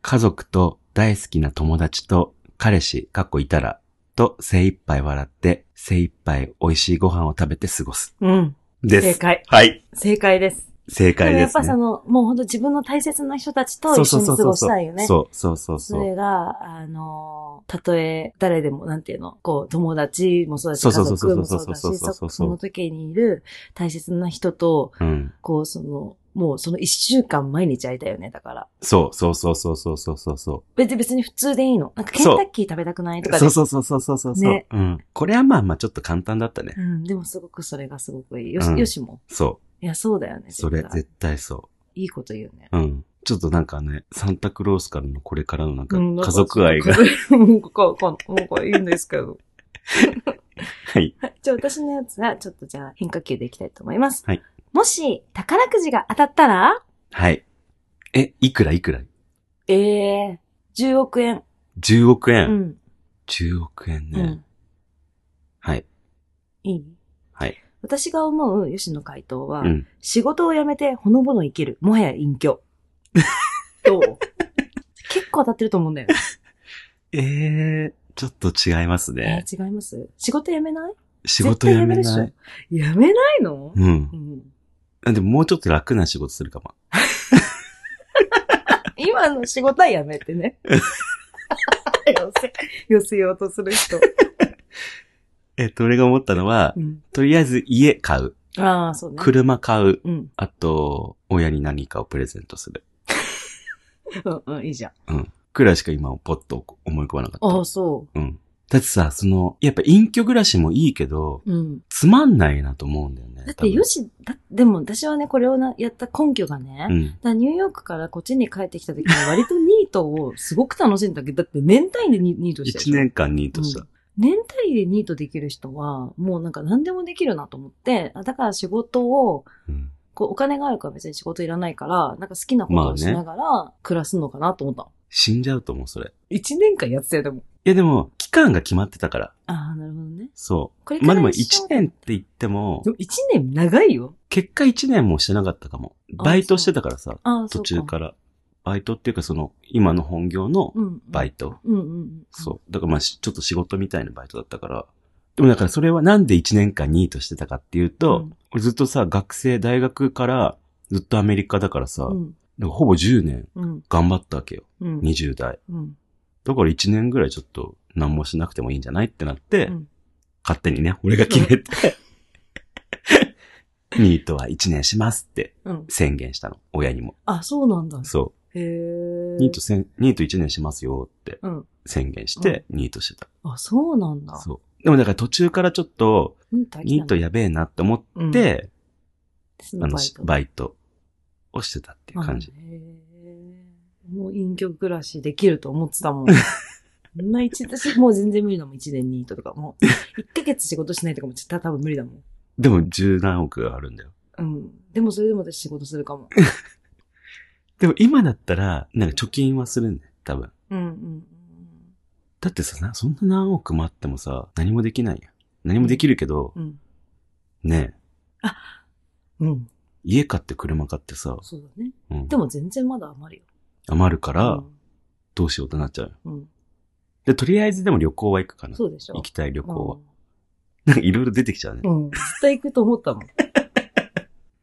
Speaker 1: 家族と大好きな友達と彼氏、かっこいたら、と精一杯笑って、精一杯美味しいご飯を食べて過ごす。
Speaker 2: うん。
Speaker 1: で
Speaker 2: 正
Speaker 1: す。
Speaker 2: 解。
Speaker 1: はい。
Speaker 2: 正解です。
Speaker 1: 正解
Speaker 2: も
Speaker 1: で
Speaker 2: やっ
Speaker 1: す、
Speaker 2: ぱ
Speaker 1: ね
Speaker 2: そ。の、もう本当自分の大切な人たちと一緒に過ごしたいよね。
Speaker 1: そうそうそう
Speaker 2: そ
Speaker 1: そう。
Speaker 2: れが、あのー、たとえ誰でも、なんていうの、こう、友達もそうだし、
Speaker 1: そう
Speaker 2: 家
Speaker 1: そうそうそう
Speaker 2: 族もそうだ
Speaker 1: そう
Speaker 2: し、
Speaker 1: そうそうそう
Speaker 2: そその時にいる大切な人と、
Speaker 1: うん。
Speaker 2: こう、その、もうその一週間毎日会いたいよね、だから。
Speaker 1: そうそうそうそうそうそうそうそ
Speaker 2: 別別に普通でいいの。なんかケン
Speaker 1: そう
Speaker 2: タッキー食べたくないと
Speaker 1: う。
Speaker 2: か
Speaker 1: そ
Speaker 2: で
Speaker 1: う。そうそうそうそうそう。
Speaker 2: ね
Speaker 1: うん。これはまあまあちょっと簡単だったね。
Speaker 2: うん、でもすごくそれがすごくいい。よし、
Speaker 1: うん
Speaker 2: よしも。
Speaker 1: そ
Speaker 2: いや、そうだよね。
Speaker 1: う。それ
Speaker 2: 絶対
Speaker 1: 絶対そ
Speaker 2: いいこと言うね。
Speaker 1: う。うん。ちょっとなんかね、サンタクロースからのこれからのなんか
Speaker 2: うんな
Speaker 1: 家
Speaker 2: んか
Speaker 1: 族愛が。
Speaker 2: 家族もうこここもうこれいいんですけど。
Speaker 1: はい。
Speaker 2: はいじゃあ私のやつは、ちょっとじゃあ変化球でいきたいと思います。
Speaker 1: はい。
Speaker 2: もし、宝くじが当たったら、
Speaker 1: はい。え、いくらいくら
Speaker 2: ええー、10億円。
Speaker 1: ?10 億
Speaker 2: う
Speaker 1: 円。
Speaker 2: ん。
Speaker 1: 10億円ね。
Speaker 2: うん。
Speaker 1: はい。
Speaker 2: いい
Speaker 1: はい。
Speaker 2: 私が思う吉野の回答は、
Speaker 1: うん。
Speaker 2: 仕事を辞めてほのぼの生きる。もはや隠居。 どう結構当たってると思うんだよね。
Speaker 1: えー、ちょっと違いますね。
Speaker 2: えー違います仕事辞めない
Speaker 1: 仕事辞め
Speaker 2: 絶対
Speaker 1: な
Speaker 2: 辞
Speaker 1: い。
Speaker 2: めるでしょ。辞めないの、
Speaker 1: うん
Speaker 2: う。ん、
Speaker 1: あでももうちょっと楽な仕事するかも。
Speaker 2: 今の仕事は辞めてね。寄せ、寄せようとする人。
Speaker 1: えっと、俺が思ったのは
Speaker 2: う、ん、
Speaker 1: とりあえず家買う。
Speaker 2: ああ、そうね。
Speaker 1: 車買う。
Speaker 2: うん。
Speaker 1: あと、親に何かをプレゼントする。
Speaker 2: うん、うん、いいじゃん。
Speaker 1: くらいしか今、ポッと思い浮かばなか
Speaker 2: ああ、
Speaker 1: っ
Speaker 2: そ
Speaker 1: た。うん。だってさ、その、やっぱ隠居暮らしもいいけど、
Speaker 2: う。うん。
Speaker 1: つまんないなと思うんだよね。
Speaker 2: だっ
Speaker 1: 多
Speaker 2: て、
Speaker 1: 分
Speaker 2: よし、だ、でも私はね、これをなやった根拠がね、
Speaker 1: う
Speaker 2: だか
Speaker 1: ん。
Speaker 2: らニューヨークからこっちに帰ってきた時に割とニートをすごく楽しんだけど、だって年単位でニニートしたでしょ
Speaker 1: 一年間ニートした。
Speaker 2: 年単位でニートできる人は、もうなんか何でもできるなと思って、あだから仕事を、
Speaker 1: うん。
Speaker 2: こうお金があるから別に仕事いらないから、なんか好きなこ
Speaker 1: ま
Speaker 2: と
Speaker 1: あ
Speaker 2: を
Speaker 1: ね
Speaker 2: しながら暮らすのかなと思ったの。
Speaker 1: 死んじゃうと思う、それ。
Speaker 2: 一、年間やってたよ、でも。
Speaker 1: いや、でも、期間が決まってたから。
Speaker 2: ああ、なるほどね。
Speaker 1: そ
Speaker 2: これ
Speaker 1: う。まあでも、
Speaker 2: 一
Speaker 1: 一年って言っても
Speaker 2: で、も一年長いよ。
Speaker 1: 結果一年もしてなかったかも。バイトしてたからさ、
Speaker 2: ああ、
Speaker 1: 途
Speaker 2: そうか。
Speaker 1: 中から。バイトっていうか、その、今の本業の
Speaker 2: うん。
Speaker 1: バ
Speaker 2: イ
Speaker 1: イト。
Speaker 2: うんうんうん。
Speaker 1: そう。だからまあ、しちょっと仕事みたいなバイトだったから。でもだからそれはなんで1年間ニートしてたかっていうと、
Speaker 2: うん
Speaker 1: 俺ずっとさ、学生、大学からずっとアメリカだからさ、
Speaker 2: うん。
Speaker 1: だからほぼ10年
Speaker 2: うん。
Speaker 1: 頑張ったわけよ。
Speaker 2: うん。
Speaker 1: 20代。
Speaker 2: うん。
Speaker 1: だから1年ぐらいちょっと何もしなくてもいいんじゃないってなって、
Speaker 2: うん
Speaker 1: 勝手にね、俺が決めて、ニートは1年しますって
Speaker 2: うん。
Speaker 1: 宣言したの。親にも。
Speaker 2: あ、そうなんだ。
Speaker 1: そ
Speaker 2: へえ
Speaker 1: う。。ニートせん、ニート1年しますよって
Speaker 2: うん。
Speaker 1: 宣言して、ニートしてた。
Speaker 2: あ、そうなんだ。
Speaker 1: そう。でもだから途中からちょっと、
Speaker 2: ニート飽き
Speaker 1: ニート
Speaker 2: た
Speaker 1: やべえなって思
Speaker 2: の、うん、
Speaker 1: って、
Speaker 2: その
Speaker 1: あの
Speaker 2: バイ、ト。
Speaker 1: バイトをしてたっていう感じ
Speaker 2: あ。。へーもう隠居暮らしできると思ってたもん。そんな一、私もう全然無理だもん。一年ニートとか。もう、一ヶ月仕事しないとかも絶対多分無理だもん。
Speaker 1: でも十何億があるんだよ。
Speaker 2: うん。でもそれでも私仕事するかも。
Speaker 1: でも今だったら、なんか貯金はするんだよ、多分。
Speaker 2: うんうん
Speaker 1: だってさ、なそんな何億もあってもさ、何もできないやん。何もできるけど
Speaker 2: う、ん。
Speaker 1: ねえ、
Speaker 2: うん。うん。
Speaker 1: 家買って車買ってさ、
Speaker 2: そうだね。
Speaker 1: うん
Speaker 2: でも全然まだ余るよ。
Speaker 1: 余るから
Speaker 2: う、ん
Speaker 1: どうしようってなっちゃうよ。
Speaker 2: うん。
Speaker 1: で、とりあえずでも旅行は行くかな。
Speaker 2: そうでしょ。
Speaker 1: 行きたい旅行は
Speaker 2: う。
Speaker 1: なんかいろいろ出てきちゃうね。
Speaker 2: ん。うん。絶対行くと思ったもん。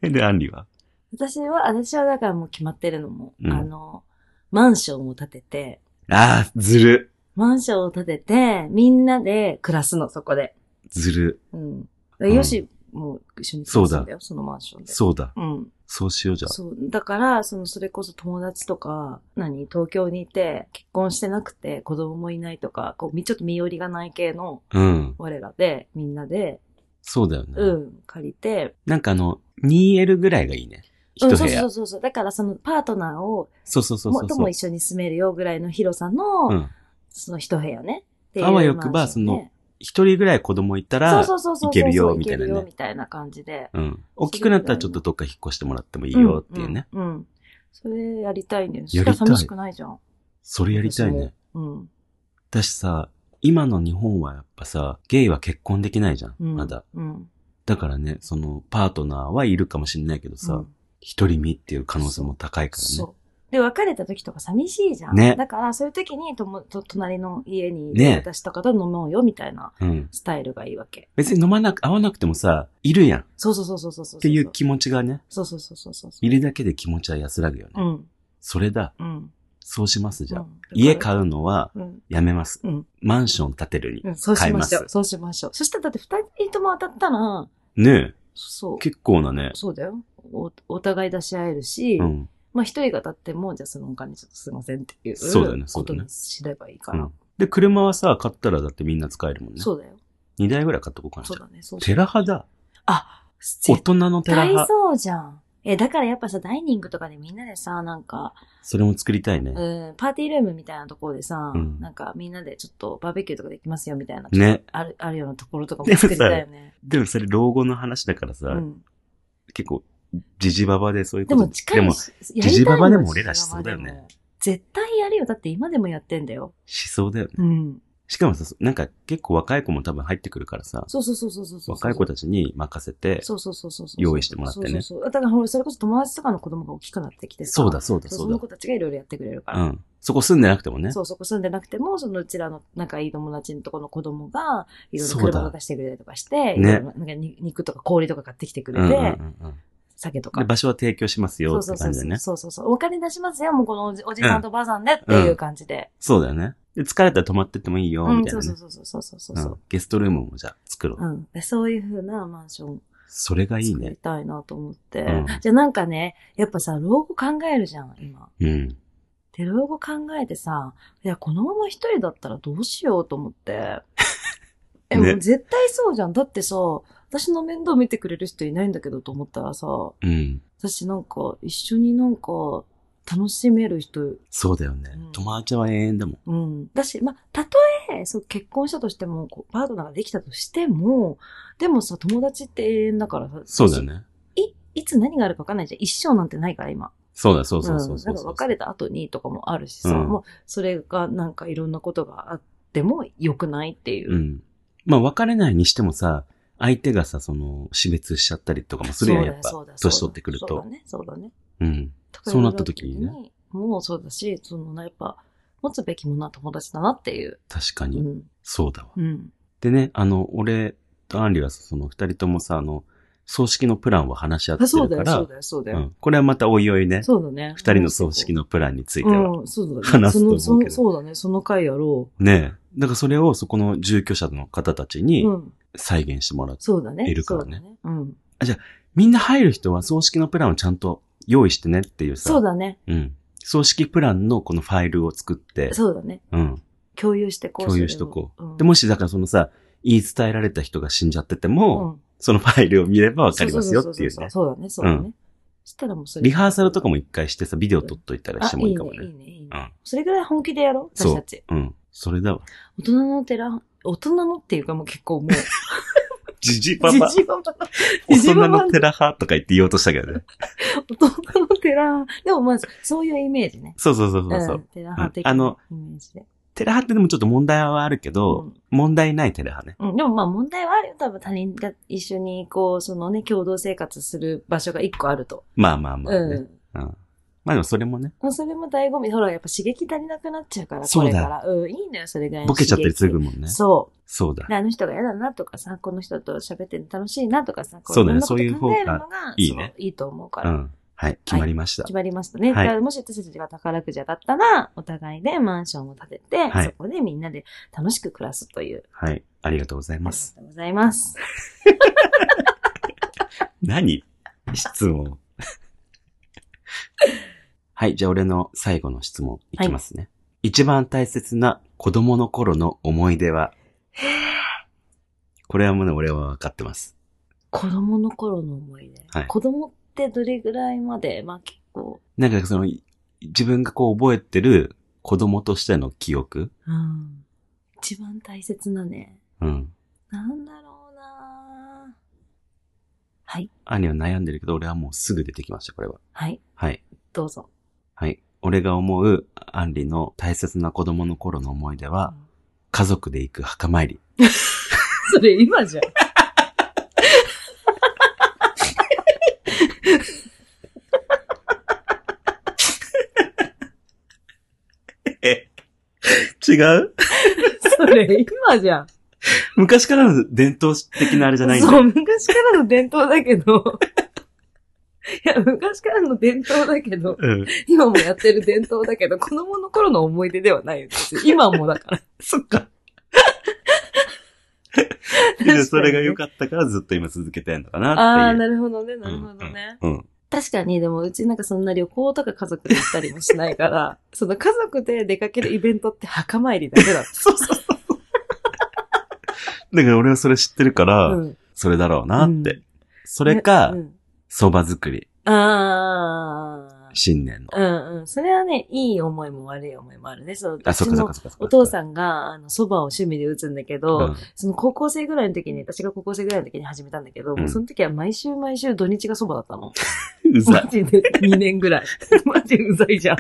Speaker 1: で、アンリは
Speaker 2: 私は、私はだからもう決まってるのも、
Speaker 1: うん
Speaker 2: あの、マンションを建てて、
Speaker 1: ああ、ずる。
Speaker 2: マンションを建てて、みんなで暮らすの、そこで。
Speaker 1: ずる。
Speaker 2: うん。
Speaker 1: ん
Speaker 2: よし、もう一緒に暮らすんだよ、そのマンションで。
Speaker 1: そうだ。
Speaker 2: うん。
Speaker 1: そうしようじゃあ。
Speaker 2: そう。だから、その、それこそ友達とか、何、東京にいて、結婚してなくて、子供もいないとか、こう、みちょっと身寄りがない系の、
Speaker 1: うん。
Speaker 2: 我らで、みんなで、
Speaker 1: そうだよね。
Speaker 2: うん、借りて、
Speaker 1: なんかあの、2L ぐらいがいいね。一
Speaker 2: うん、
Speaker 1: 部
Speaker 2: そう
Speaker 1: 屋。
Speaker 2: そうそうそう。だから、その、パートナーを、
Speaker 1: そうそうそうそう
Speaker 2: もと
Speaker 1: そ
Speaker 2: も
Speaker 1: う。
Speaker 2: 一緒に住めるよぐらいの広さの、
Speaker 1: うん。
Speaker 2: その一部屋ね。っていう
Speaker 1: あわよくば
Speaker 2: マンションね
Speaker 1: 一人ぐらい子供いたら、
Speaker 2: そうそうそうそうそ
Speaker 1: 行け
Speaker 2: う
Speaker 1: るよみたいなね
Speaker 2: 行けるよみたいな感じで。
Speaker 1: うん。大きくなったらちょっとどっか引っ越してもらってもいいよっていうね。
Speaker 2: うん。うん。うんそれやりたいね。そ
Speaker 1: やり
Speaker 2: した
Speaker 1: い
Speaker 2: ら寂しくないじゃん。
Speaker 1: それやりたいね。
Speaker 2: うん。
Speaker 1: だしさ、今の日本はやっぱさ、ゲイは結婚できないじゃん。
Speaker 2: うん。
Speaker 1: まだ。。
Speaker 2: うん。
Speaker 1: だからね、その、パートナーはいるかもしれないけど
Speaker 2: う
Speaker 1: さ
Speaker 2: ん、
Speaker 1: 一、人身っていう可能性も高いからね。
Speaker 2: そう。で、別れた時とか寂しいじゃん。
Speaker 1: ね
Speaker 2: だから、そういう時にとも、と、隣の家に、
Speaker 1: ね
Speaker 2: 私とかと飲もうよ、みたいな
Speaker 1: うん。
Speaker 2: スタイルがいいわけ。
Speaker 1: 別に飲まなく、会わなくてもさ、いるやんっ
Speaker 2: そうそうそうそうそうそう。
Speaker 1: ていう気持ちがね、
Speaker 2: そうそうそうそうそう。
Speaker 1: いるだけで気持ちは安らぐよね。
Speaker 2: うん。
Speaker 1: それだ。
Speaker 2: うん。
Speaker 1: そうしますじゃあ。
Speaker 2: うん
Speaker 1: 家買うのは
Speaker 2: うん。
Speaker 1: やめます。
Speaker 2: うん。
Speaker 1: マンション建てるに
Speaker 2: う。ん。そうしましょ
Speaker 1: 買いうま。す
Speaker 2: そうしましょう。そしたらだって二人とも当たったら、
Speaker 1: ねえ、
Speaker 2: そう。
Speaker 1: 結構なね、
Speaker 2: そうだよ。おお互い出し合えるし、
Speaker 1: うん。
Speaker 2: まあ一人が立っても、じゃあそのお金ちょっとすいませんっていう
Speaker 1: そうだねそ
Speaker 2: こ
Speaker 1: うだ
Speaker 2: と
Speaker 1: ね
Speaker 2: にすればいいか
Speaker 1: う
Speaker 2: ら。
Speaker 1: ん。で、車はさ、買ったらだってみんな使えるもんね。
Speaker 2: そうだよ。
Speaker 1: 二台ぐらい買っとこうかな。
Speaker 2: そうだね。そう
Speaker 1: テラ派だ。大
Speaker 2: 絶
Speaker 1: 人のテラ
Speaker 2: 対
Speaker 1: 派。
Speaker 2: そうじゃん。え、だからやっぱさ、ダイニングとかでみんなでさ、なんか、
Speaker 1: それも作りたいね。
Speaker 2: うん、パーティールームみたいなところでさ、
Speaker 1: うん
Speaker 2: なんかみんなでちょっとバーベキューとかできますよみたいな、
Speaker 1: ね。
Speaker 2: ある、あるようなところとか
Speaker 1: で
Speaker 2: も
Speaker 1: もさ
Speaker 2: 作りたい よね。
Speaker 1: でもそれ老後の話だからさ、
Speaker 2: うん。
Speaker 1: 結構、じじばばでそういうこ
Speaker 2: で
Speaker 1: と。
Speaker 2: も近いし、やりたい
Speaker 1: ジジババでも
Speaker 2: よ
Speaker 1: 俺らしそうだよね。
Speaker 2: ジジババでも絶対やるよ。だって今でもやってんだよ。
Speaker 1: しそうだよね。
Speaker 2: うん。
Speaker 1: しかもさ、なんか結構若い子も多分入ってくるからさ、
Speaker 2: そうそうそうそうそうそう。
Speaker 1: 若い子たちに任せて、
Speaker 2: そうそうそうそうそう。
Speaker 1: 用意してもらってね
Speaker 2: そうそうそう。だからほら、それこそ友達とかの子供が大きくなってきてさ。
Speaker 1: そうだそうだ
Speaker 2: そ
Speaker 1: そ
Speaker 2: うそう
Speaker 1: だ
Speaker 2: の。子たちがいろいろやってくれるか
Speaker 1: う
Speaker 2: ら。
Speaker 1: ん。そこ住んでなくてもね。
Speaker 2: そう、そこ住んでなくても、そのうちらの仲いい友達のとこの子供が、いろいろ
Speaker 1: そうだ
Speaker 2: 車を出してくれたりとかして、
Speaker 1: ね
Speaker 2: いろいろなんかに肉とか氷とか買ってきてく
Speaker 1: うんうん
Speaker 2: れ
Speaker 1: う
Speaker 2: て、
Speaker 1: んうん。
Speaker 2: 酒とか
Speaker 1: で、。場所は提供します
Speaker 2: そ
Speaker 1: よ
Speaker 2: う
Speaker 1: っ
Speaker 2: そ
Speaker 1: て
Speaker 2: うそ
Speaker 1: 感
Speaker 2: う
Speaker 1: じ
Speaker 2: そ
Speaker 1: だ
Speaker 2: う。
Speaker 1: ね。
Speaker 2: そうそうそう。お金出しますよ、もうこのおじおじさんとおばあさんでっていう感じで。
Speaker 1: そうだよね。で、疲れたら泊まってってもいいよ、
Speaker 2: う
Speaker 1: み
Speaker 2: ん、
Speaker 1: たい
Speaker 2: そ
Speaker 1: な
Speaker 2: うそ
Speaker 1: ね
Speaker 2: う。そうそうそうそうそう
Speaker 1: う
Speaker 2: そ
Speaker 1: んゲストルームもじゃあ作ろ
Speaker 2: う。う
Speaker 1: う。
Speaker 2: ん。でそういう風なマンション
Speaker 1: それがいい
Speaker 2: 作り
Speaker 1: ね。
Speaker 2: たいなと思って。
Speaker 1: うん
Speaker 2: じゃあなんかね、やっぱさ、老後考えるじゃん、今。
Speaker 1: うん。
Speaker 2: で、老後考えてさ、いや、このまま一人だったらどうしようと思 って。え、も
Speaker 1: ね
Speaker 2: う絶対そうじゃん。だってさ、私の面倒見てくれる人いないんだけどと思ったらさ、
Speaker 1: うん。
Speaker 2: 私なんか一緒になんか楽しめる人、
Speaker 1: そうだよね
Speaker 2: うん。
Speaker 1: 友達は永遠だもん。
Speaker 2: うん。だし、まあ、たとえ、そう、結婚したとしても、こうパートナーができたとしても、でもさ、友達って永遠だからさ、
Speaker 1: そうだよ。ね。
Speaker 2: い、いつ何があるか分かんないじゃん。一生なんてないから、今。、
Speaker 1: そうだ、そうそうそうそううん
Speaker 2: な
Speaker 1: そ
Speaker 2: ん
Speaker 1: う。
Speaker 2: か別れた後にとかもあるしさ、
Speaker 1: うん
Speaker 2: もうそれがなんかいろんなことがあっても良くないっていう。
Speaker 1: うん。まあ、別れないにしてもさ、相手がさ、その、死別しちゃったりとかもするやん、やっぱ
Speaker 2: そうだよそうだ。
Speaker 1: 年取ってくると
Speaker 2: そうだね、そうだね。
Speaker 1: うん。
Speaker 2: とか
Speaker 1: そうなった時にね
Speaker 2: いろいろあった時にもうそうだし、そのやっぱ、持つべきものは友達だなっていう。
Speaker 1: 確か
Speaker 2: う
Speaker 1: に。
Speaker 2: ん。
Speaker 1: そうだわ。
Speaker 2: うん。
Speaker 1: でね、あの、俺とアンリはさその二人ともさ、あの、葬式のプランを話し合って
Speaker 2: あそう
Speaker 1: る
Speaker 2: だ
Speaker 1: か
Speaker 2: よ、そ
Speaker 1: ら
Speaker 2: う、だよ、そうだ
Speaker 1: う
Speaker 2: よ。
Speaker 1: ん。これはまたおいおいね、
Speaker 2: そうだね。
Speaker 1: 二人の葬式のプランについては。
Speaker 2: うん、そうだね。
Speaker 1: 話すと思うけど
Speaker 2: そのそのそうだね、その回やろ
Speaker 1: ねえ。だからそれをそこの住居者の方たち
Speaker 2: う。
Speaker 1: に
Speaker 2: うん。
Speaker 1: 再現してもらう。
Speaker 2: そうだね。
Speaker 1: いるからね
Speaker 2: そうだうん。
Speaker 1: みんな入る人は葬式のプランをちゃんと用意してねっていうさ。
Speaker 2: そうだね。
Speaker 1: うん。葬式プランのこのファイルを作って、
Speaker 2: そうだね。
Speaker 1: うん。
Speaker 2: 共有してこう。
Speaker 1: 共有しとこ
Speaker 2: う。うん、
Speaker 1: で、もしだからそのさ、言い伝えられた人が死んじゃってても、
Speaker 2: うん、
Speaker 1: そのファイルを見ればわかりますよってい
Speaker 2: そうそそ
Speaker 1: ね。
Speaker 2: そうだね、そうだ
Speaker 1: う
Speaker 2: ね。そしたらもうそれ。
Speaker 1: リハーサルとかも一回してさ、ビデオ撮っといたらしてもいいかも
Speaker 2: あいい
Speaker 1: ね。
Speaker 2: ね、いいね、いいね。
Speaker 1: うん
Speaker 2: それぐらい本気でやろう、
Speaker 1: そう
Speaker 2: 私たち。
Speaker 1: うん。それだわ。
Speaker 2: 大人の寺、大人のっていうかもう 結構もう、じ
Speaker 1: ジジバ
Speaker 2: じ
Speaker 1: バ。
Speaker 2: ばば、
Speaker 1: 大
Speaker 2: じじ
Speaker 1: 人
Speaker 2: ばば
Speaker 1: の、テラ派とか言って言おうとしたけどね。
Speaker 2: 大人の寺。でもまず、そういうイメージね。
Speaker 1: そうそうそうそうそう。
Speaker 2: ん、寺派的
Speaker 1: うんあ
Speaker 2: な
Speaker 1: の
Speaker 2: イメージで。
Speaker 1: テラ派ってでもちょっと問題はあるけど、
Speaker 2: うん
Speaker 1: 問題ないテラ派ね。
Speaker 2: うん、でもまあ問題はあるよ。多分他人が一緒にこう、そのね、共同生活する場所が一個あると。
Speaker 1: まあまあまあね。
Speaker 2: う
Speaker 1: うんん。。まあでもそれもね、
Speaker 2: まあそれも醍醐味。ほら、やっぱ刺激足りなくなっちゃうから、
Speaker 1: そうだ
Speaker 2: これから。うん、いいのよ、それぐらいの
Speaker 1: ボケちゃったりす
Speaker 2: 刺激
Speaker 1: るもんね。
Speaker 2: そう。
Speaker 1: そうだ
Speaker 2: で。あの人が嫌だなとかさ、この人と喋って楽しいなとかさ、こ
Speaker 1: そうだね
Speaker 2: ろんなこと
Speaker 1: そういう方
Speaker 2: 考
Speaker 1: が
Speaker 2: えるの
Speaker 1: いいね
Speaker 2: そういいと思うか
Speaker 1: う
Speaker 2: ら。
Speaker 1: ん。はい、決まりました。
Speaker 2: 決まりましたね。
Speaker 1: はい
Speaker 2: だからもし私たちが宝くじだったら、お互いでマンションを建てて、
Speaker 1: はい
Speaker 2: そこでみんなで楽しく暮らすという。
Speaker 1: はい、ありがとうござい
Speaker 2: ありが
Speaker 1: ます。
Speaker 2: とうございます。
Speaker 1: 何質問。 はい、じゃあ俺の最後の質問いきますね。一番大切な子供の頃の思い出はこれはもうね、俺は分かってます。
Speaker 2: 子供の頃の思い出。
Speaker 1: はい
Speaker 2: 子供ってどれぐらいまで、まあ結構、
Speaker 1: なんかその、い自分がこう覚えてる子供としての記憶
Speaker 2: うん。一番大切なね。
Speaker 1: うん。
Speaker 2: なんだろうなはい。
Speaker 1: 兄は悩んでるけど、俺はもうすぐ出てきました、これは。
Speaker 2: はい。
Speaker 1: はい。
Speaker 2: どうぞ。
Speaker 1: はい。俺が思う、アンリの大切な子供の頃の思い出は、家族で行く墓参り。
Speaker 2: それ今じゃん。
Speaker 1: 違う
Speaker 2: それ今じゃん。
Speaker 1: 昔からの伝統的なあれじゃないんだ
Speaker 2: そう、昔からの伝統だけど。いや、昔からの伝統だけど、
Speaker 1: うん。
Speaker 2: 今もやってる伝統だけど、子供の頃の思い出ではないよ。別に今もだから。
Speaker 1: そっか。
Speaker 2: 確かにね
Speaker 1: それが良かったからずっと今続けてんのかなっていう。
Speaker 2: ああー、なるほどね、なるほどね。
Speaker 1: うん。うん
Speaker 2: 確かに、でもうちなんかそんな旅行とか家族で行ったりもしないから、その家族で出かけるイベントって墓参りだけだっ
Speaker 1: そうそうそう。だから俺はそれ知ってるか
Speaker 2: た。
Speaker 1: ら、
Speaker 2: うん。
Speaker 1: それだろうなって。
Speaker 2: うん
Speaker 1: それか
Speaker 2: う、ん、
Speaker 1: 蕎麦作り、
Speaker 2: ああ。
Speaker 1: 新年の。
Speaker 2: うんうん。それはね、いい思いも悪い思いもあるね。その
Speaker 1: あ、そっかそっ
Speaker 2: う
Speaker 1: かそっかそっか。
Speaker 2: ちのお父さんが、あの、蕎麦を趣味で打つんだけど、
Speaker 1: うん
Speaker 2: その高校生ぐらいの時に、私が高校生ぐらいの時に始めたんだけど、
Speaker 1: ん
Speaker 2: もうその時は毎週毎週土日が蕎麦だった の。
Speaker 1: うざ
Speaker 2: マ
Speaker 1: い。
Speaker 2: ジで2年ぐらい。 マジうざいじゃん。い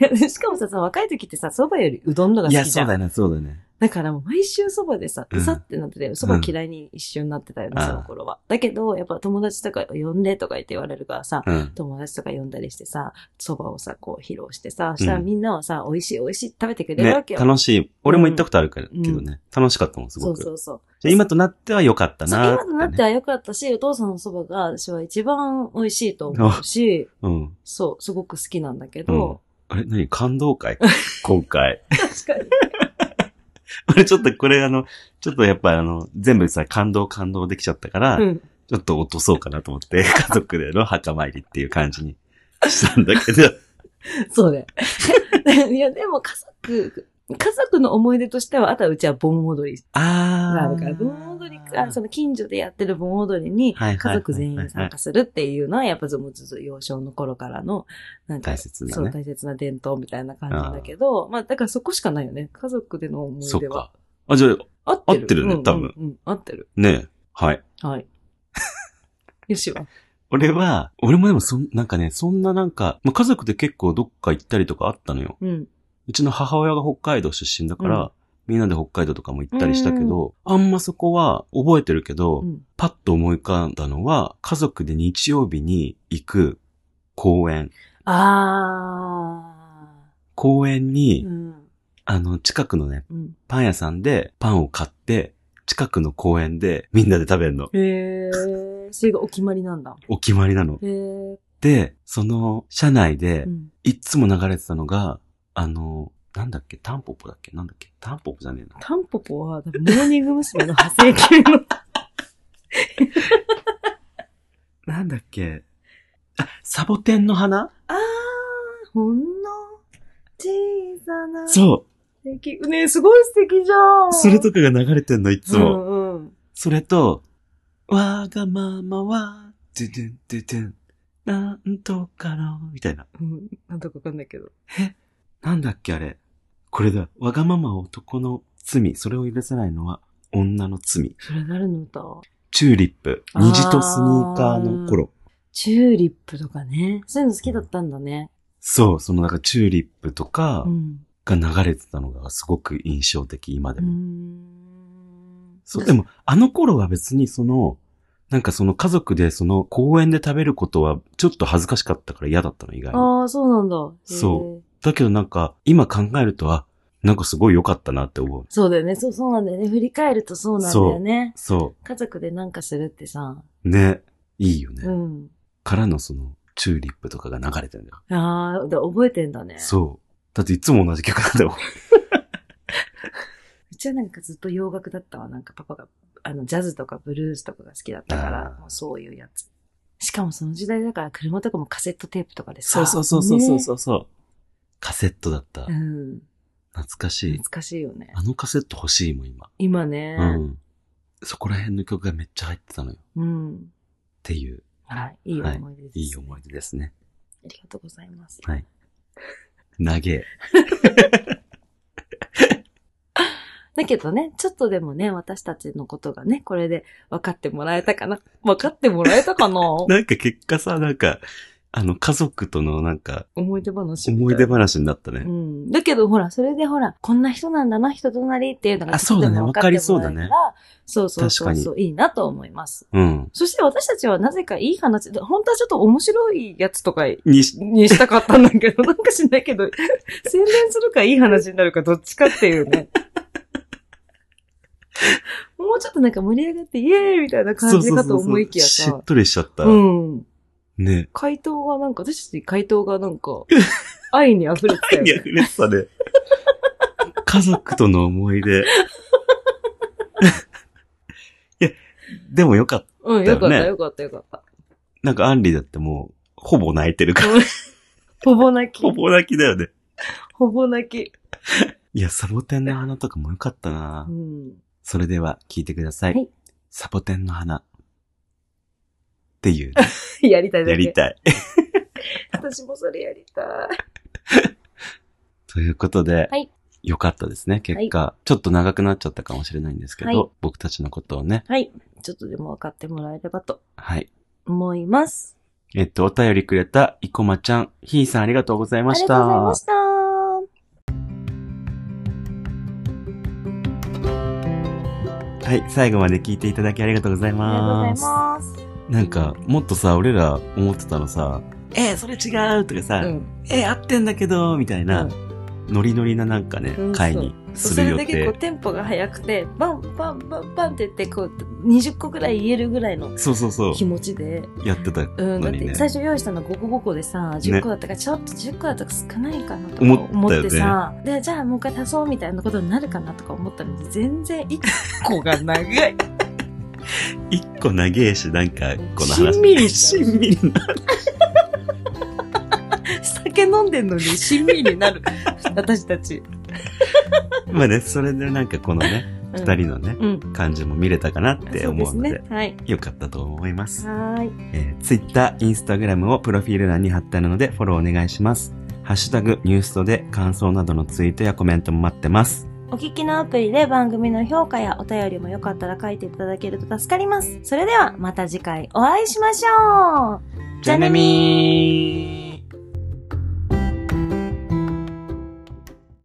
Speaker 2: やでしかもさ、その若い時ってさ、蕎麦よりうどんのが
Speaker 1: い
Speaker 2: 好
Speaker 1: や、
Speaker 2: きじ
Speaker 1: そ
Speaker 2: ゃ。
Speaker 1: うんだよね、そうだよね。
Speaker 2: だからもう毎週蕎麦でさ、
Speaker 1: うん
Speaker 2: うさってなってて、蕎麦嫌いに一緒になってたよね、
Speaker 1: うん
Speaker 2: その頃は。だけど、やっぱ友達とか呼んでとか言って言われるからさ、
Speaker 1: うん。
Speaker 2: 友達とか呼んだりしてさ、蕎麦をさ、こう披露してさ、したら
Speaker 1: うん
Speaker 2: みんなはさ、美味しい美味しいって食べてくれるわ
Speaker 1: ね、
Speaker 2: けよ。
Speaker 1: 楽しい。俺も行ったことあるから、
Speaker 2: うん
Speaker 1: けどね。楽しかったもん、す
Speaker 2: そ
Speaker 1: ご
Speaker 2: う
Speaker 1: く。
Speaker 2: そうそう。
Speaker 1: じゃあ今となっては良かった
Speaker 2: そう
Speaker 1: なー
Speaker 2: 今となって
Speaker 1: ね
Speaker 2: は良かったし、お父さんの蕎麦が私は一番美味しいと思うし、
Speaker 1: うん。
Speaker 2: そう、すごく好きなんだけ
Speaker 1: うん
Speaker 2: ど、。
Speaker 1: あれ、何感動 会今回。
Speaker 2: 確かに。
Speaker 1: 俺ちょっとこれあの、ちょっとやっぱあの、全部さ、感動感動できちゃったから、
Speaker 2: うん。
Speaker 1: ちょっと落とそうかなと思って、 家族での墓参りっていう感じにしたんだけ ど。
Speaker 2: そうね。いや、でも家族、家族の思い出としては、あとはうちは盆踊りがあ
Speaker 1: あー。
Speaker 2: るから、盆踊りか、その近所でやってる盆踊りに、
Speaker 1: はいはい
Speaker 2: 家
Speaker 1: はいはい
Speaker 2: 族全員参加するっていうのは、やっぱずっと幼少の頃からの、なんか、
Speaker 1: 大切だ
Speaker 2: そう、
Speaker 1: ね。
Speaker 2: 大切な伝統みたいな感じだけど、まあ、だからそこしかないよね。家族での思い
Speaker 1: そっ
Speaker 2: 出は。
Speaker 1: か。あ、じゃあ、
Speaker 2: 合ってる。
Speaker 1: 合ってるね
Speaker 2: うんうん
Speaker 1: 多分
Speaker 2: うん、合ってる。
Speaker 1: ねえ。はい。
Speaker 2: はい。 よしは。
Speaker 1: 俺は、俺もでもそん、なんかね、そんななんか、まあ、家族で結構どっか行ったりとかあったのよ。
Speaker 2: うん。
Speaker 1: うちの母親が北海道出身だから、
Speaker 2: うん
Speaker 1: みんなで北海道とかも行ったりしたけど、あんまそこは覚えてるけど、
Speaker 2: うん
Speaker 1: パッと思い浮かんだのは、家族で日曜日に行く公園。
Speaker 2: あ
Speaker 1: 公園に、
Speaker 2: ー。うん。
Speaker 1: あの、近くのね、
Speaker 2: うん。
Speaker 1: パン屋さんでパンを買って、近くの公園でみんなで食べるの。
Speaker 2: へー。それがお決まりなんだ。
Speaker 1: お決まりなの。
Speaker 2: へー。
Speaker 1: で、その、車内で
Speaker 2: う、ん。
Speaker 1: いっつも流れてたのが、あの、なんだっけ、タンポポだっけなんだっけタンポポじゃねえな。
Speaker 2: タンポポは、多分モーニング娘。の派生系の。
Speaker 1: なんだっけあ、サボテンの花
Speaker 2: あー、ほんの小さな。う。
Speaker 1: そ
Speaker 2: 素敵。ねすごい素敵じゃん。
Speaker 1: う。それとかが流れてんの、いっつも。
Speaker 2: うんうん。
Speaker 1: それと、わがままは、ててんててん、なんとかの、みたいな。
Speaker 2: うん。なんとかわかんないけど。
Speaker 1: なんだっけ、あれ。これだ。わがままは男の罪。それを許せないのは女の罪。
Speaker 2: それ誰の歌
Speaker 1: チューリップ。
Speaker 2: あー
Speaker 1: 虹とスニーカーの頃。
Speaker 2: チューリップとかね。そういうの好きだったんだね。
Speaker 1: そう、そのなんかチューリップとか
Speaker 2: うん。
Speaker 1: が流れてたのがすごく印象的、今で
Speaker 2: うー
Speaker 1: も。
Speaker 2: ん。
Speaker 1: そう、でも、あの頃は別にその、なんかその家族でその公園で食べることはちょっと恥ずかしかったから嫌だったの、意外に。
Speaker 2: ああ、そうなんだ。
Speaker 1: そう
Speaker 2: へー。
Speaker 1: だけどなんか、今考えると、あ、なんかすごい良かったなって思う。
Speaker 2: そうだよね。そう、そうなんだよね。振り返るとそうなんだよね。
Speaker 1: そ
Speaker 2: 家族でなんかするってさ。
Speaker 1: う。ね。いいよね。
Speaker 2: うん。
Speaker 1: からのその、チューリップとかが流れてるんだよ。
Speaker 2: ああ、で覚えてんだね。う。
Speaker 1: そう。だっていつも同じ曲なんだよ。
Speaker 2: うちはなんかずっと洋楽だったわ。なんかパパが、あの、ジャズとかブルースとかが好きだったか
Speaker 1: あ
Speaker 2: ら
Speaker 1: ー、
Speaker 2: もうそういうやつ。しかもその時代だから車とかもカセットテープとかでさ。
Speaker 1: そうそうそうそうそう
Speaker 2: う。
Speaker 1: そうそう。 カセットだった。
Speaker 2: う
Speaker 1: 懐
Speaker 2: ん。
Speaker 1: かしい
Speaker 2: 懐。かしいよね。
Speaker 1: あのカセット欲しいもん、今。
Speaker 2: 今ね。
Speaker 1: うん。そこら辺の曲がめっちゃ入ってたのよ。っ
Speaker 2: うん。
Speaker 1: ていう、
Speaker 2: はい。いい思い出です、
Speaker 1: いい思い出ですね。
Speaker 2: ありがとうございます。
Speaker 1: はい。投げ。
Speaker 2: だけどね、ちょっとでもね、私たちのことがね、これで分かってもらえたかな。分かってもらえ たかな
Speaker 1: なんか結果さ、なんか、あの、家族とのなんか、
Speaker 2: 思い出話みたいな。
Speaker 1: 思い出話になったね
Speaker 2: う。ん。だけどほら、それでほら、こんな人なんだな、人となりっていうのが
Speaker 1: あそうだね
Speaker 2: ちょっとでもってもら
Speaker 1: わか
Speaker 2: えたら
Speaker 1: りそうだね
Speaker 2: そうそうそうそう、いいなと思います。
Speaker 1: うん。
Speaker 2: そして私たちはなぜかいい話、本当はちょっと面白いやつとか
Speaker 1: にし、
Speaker 2: にしたかったんだけど、 なんかしないけど、宣伝するかいい話になるかどっちかっていう ね。もうちょっとなんか盛り上がって、イエーイみたいな感じかと思いき
Speaker 1: そ
Speaker 2: や
Speaker 1: うそうそうそうし
Speaker 2: さ
Speaker 1: っ。とりしちゃった。
Speaker 2: うん。
Speaker 1: ね。
Speaker 2: 回答がなんか、私たち回答がな んか、愛に溢れてたよ
Speaker 1: いや、
Speaker 2: ね。
Speaker 1: 触れてたね。家族との思い出。 いや、でもよかった。
Speaker 2: うん、よか
Speaker 1: だ
Speaker 2: った
Speaker 1: よね
Speaker 2: よかったよかった。
Speaker 1: なんかアンリだってもう、ほぼ泣いてるから。
Speaker 2: ほぼ泣き
Speaker 1: ほ。ぼ泣きだよね。
Speaker 2: ほぼ泣き。
Speaker 1: いや、サボテンの花とかもよかったな
Speaker 2: うん。
Speaker 1: それでは聞いてください。
Speaker 2: はい
Speaker 1: サボテンの花。っていう、
Speaker 2: やりたいだけ。
Speaker 1: やりたい。
Speaker 2: 私もそれやりたい。
Speaker 1: ということで、
Speaker 2: はい
Speaker 1: よかったですね、結果、ちょっと長くなっちゃったかもしれないんですけど、
Speaker 2: はい
Speaker 1: 僕たちのことをね、
Speaker 2: はい。ちょっとでも分かってもらえればと
Speaker 1: はい。
Speaker 2: 思います。
Speaker 1: えっと、お便りくれた、いこまちゃん、ひーさんありがとうございま
Speaker 2: あり
Speaker 1: し
Speaker 2: がとうござい
Speaker 1: た
Speaker 2: ま。した。
Speaker 1: はい、最後まで聞いていただきありがとうござい
Speaker 2: ありがとうござ
Speaker 1: ま
Speaker 2: い
Speaker 1: す。
Speaker 2: ます。
Speaker 1: なんか、もっとさ、俺ら思ってたのさ、えー、それ違うとかさ、
Speaker 2: うん。
Speaker 1: えー、合ってんだけど、みたいな、
Speaker 2: うん
Speaker 1: ノリノリななんかね
Speaker 2: う、ん
Speaker 1: 会にす
Speaker 2: それ
Speaker 1: る予
Speaker 2: だけこ
Speaker 1: 定
Speaker 2: う。テンポが速くて、バンバンバンバンって言って、こう、20個くらい言えるぐらいの
Speaker 1: そうそうそう
Speaker 2: 気持ちで。
Speaker 1: やってた
Speaker 2: うん、だ
Speaker 1: の
Speaker 2: っ
Speaker 1: にね
Speaker 2: て。最初用意したの5個5個でさ、
Speaker 1: ね
Speaker 2: 10個だったから、ちょっと10個だと少ないかなとか
Speaker 1: 思ったよね
Speaker 2: 思ってさ、で、じゃあもう一回足そうみたいなことになるかなとか思ったのに、全然1個が長 い。
Speaker 1: 一個長えし、なんか、この話。
Speaker 2: しんみり
Speaker 1: し
Speaker 2: し
Speaker 1: んみりな。
Speaker 2: 酒飲んでんのにしんみりになる。私たち。
Speaker 1: まあね、それでなんかこのね、
Speaker 2: 二
Speaker 1: 二人のね、
Speaker 2: うん。
Speaker 1: 感じも見れたかなって
Speaker 2: そうで
Speaker 1: 思う
Speaker 2: す
Speaker 1: ので
Speaker 2: ね。はい。
Speaker 1: よかったと思います。
Speaker 2: はーい。
Speaker 1: えー、Twitter、Instagram をプロフィール欄に貼ってあるのでフォローお願いします。ハッシュタグニュースとで感想などのツイートやコメントも待ってます。
Speaker 2: お聞きのアプリで番組の評価やお便りもよかったら書いていただけると助かります。それではまた次回お会いしましょう
Speaker 1: じゃあねみー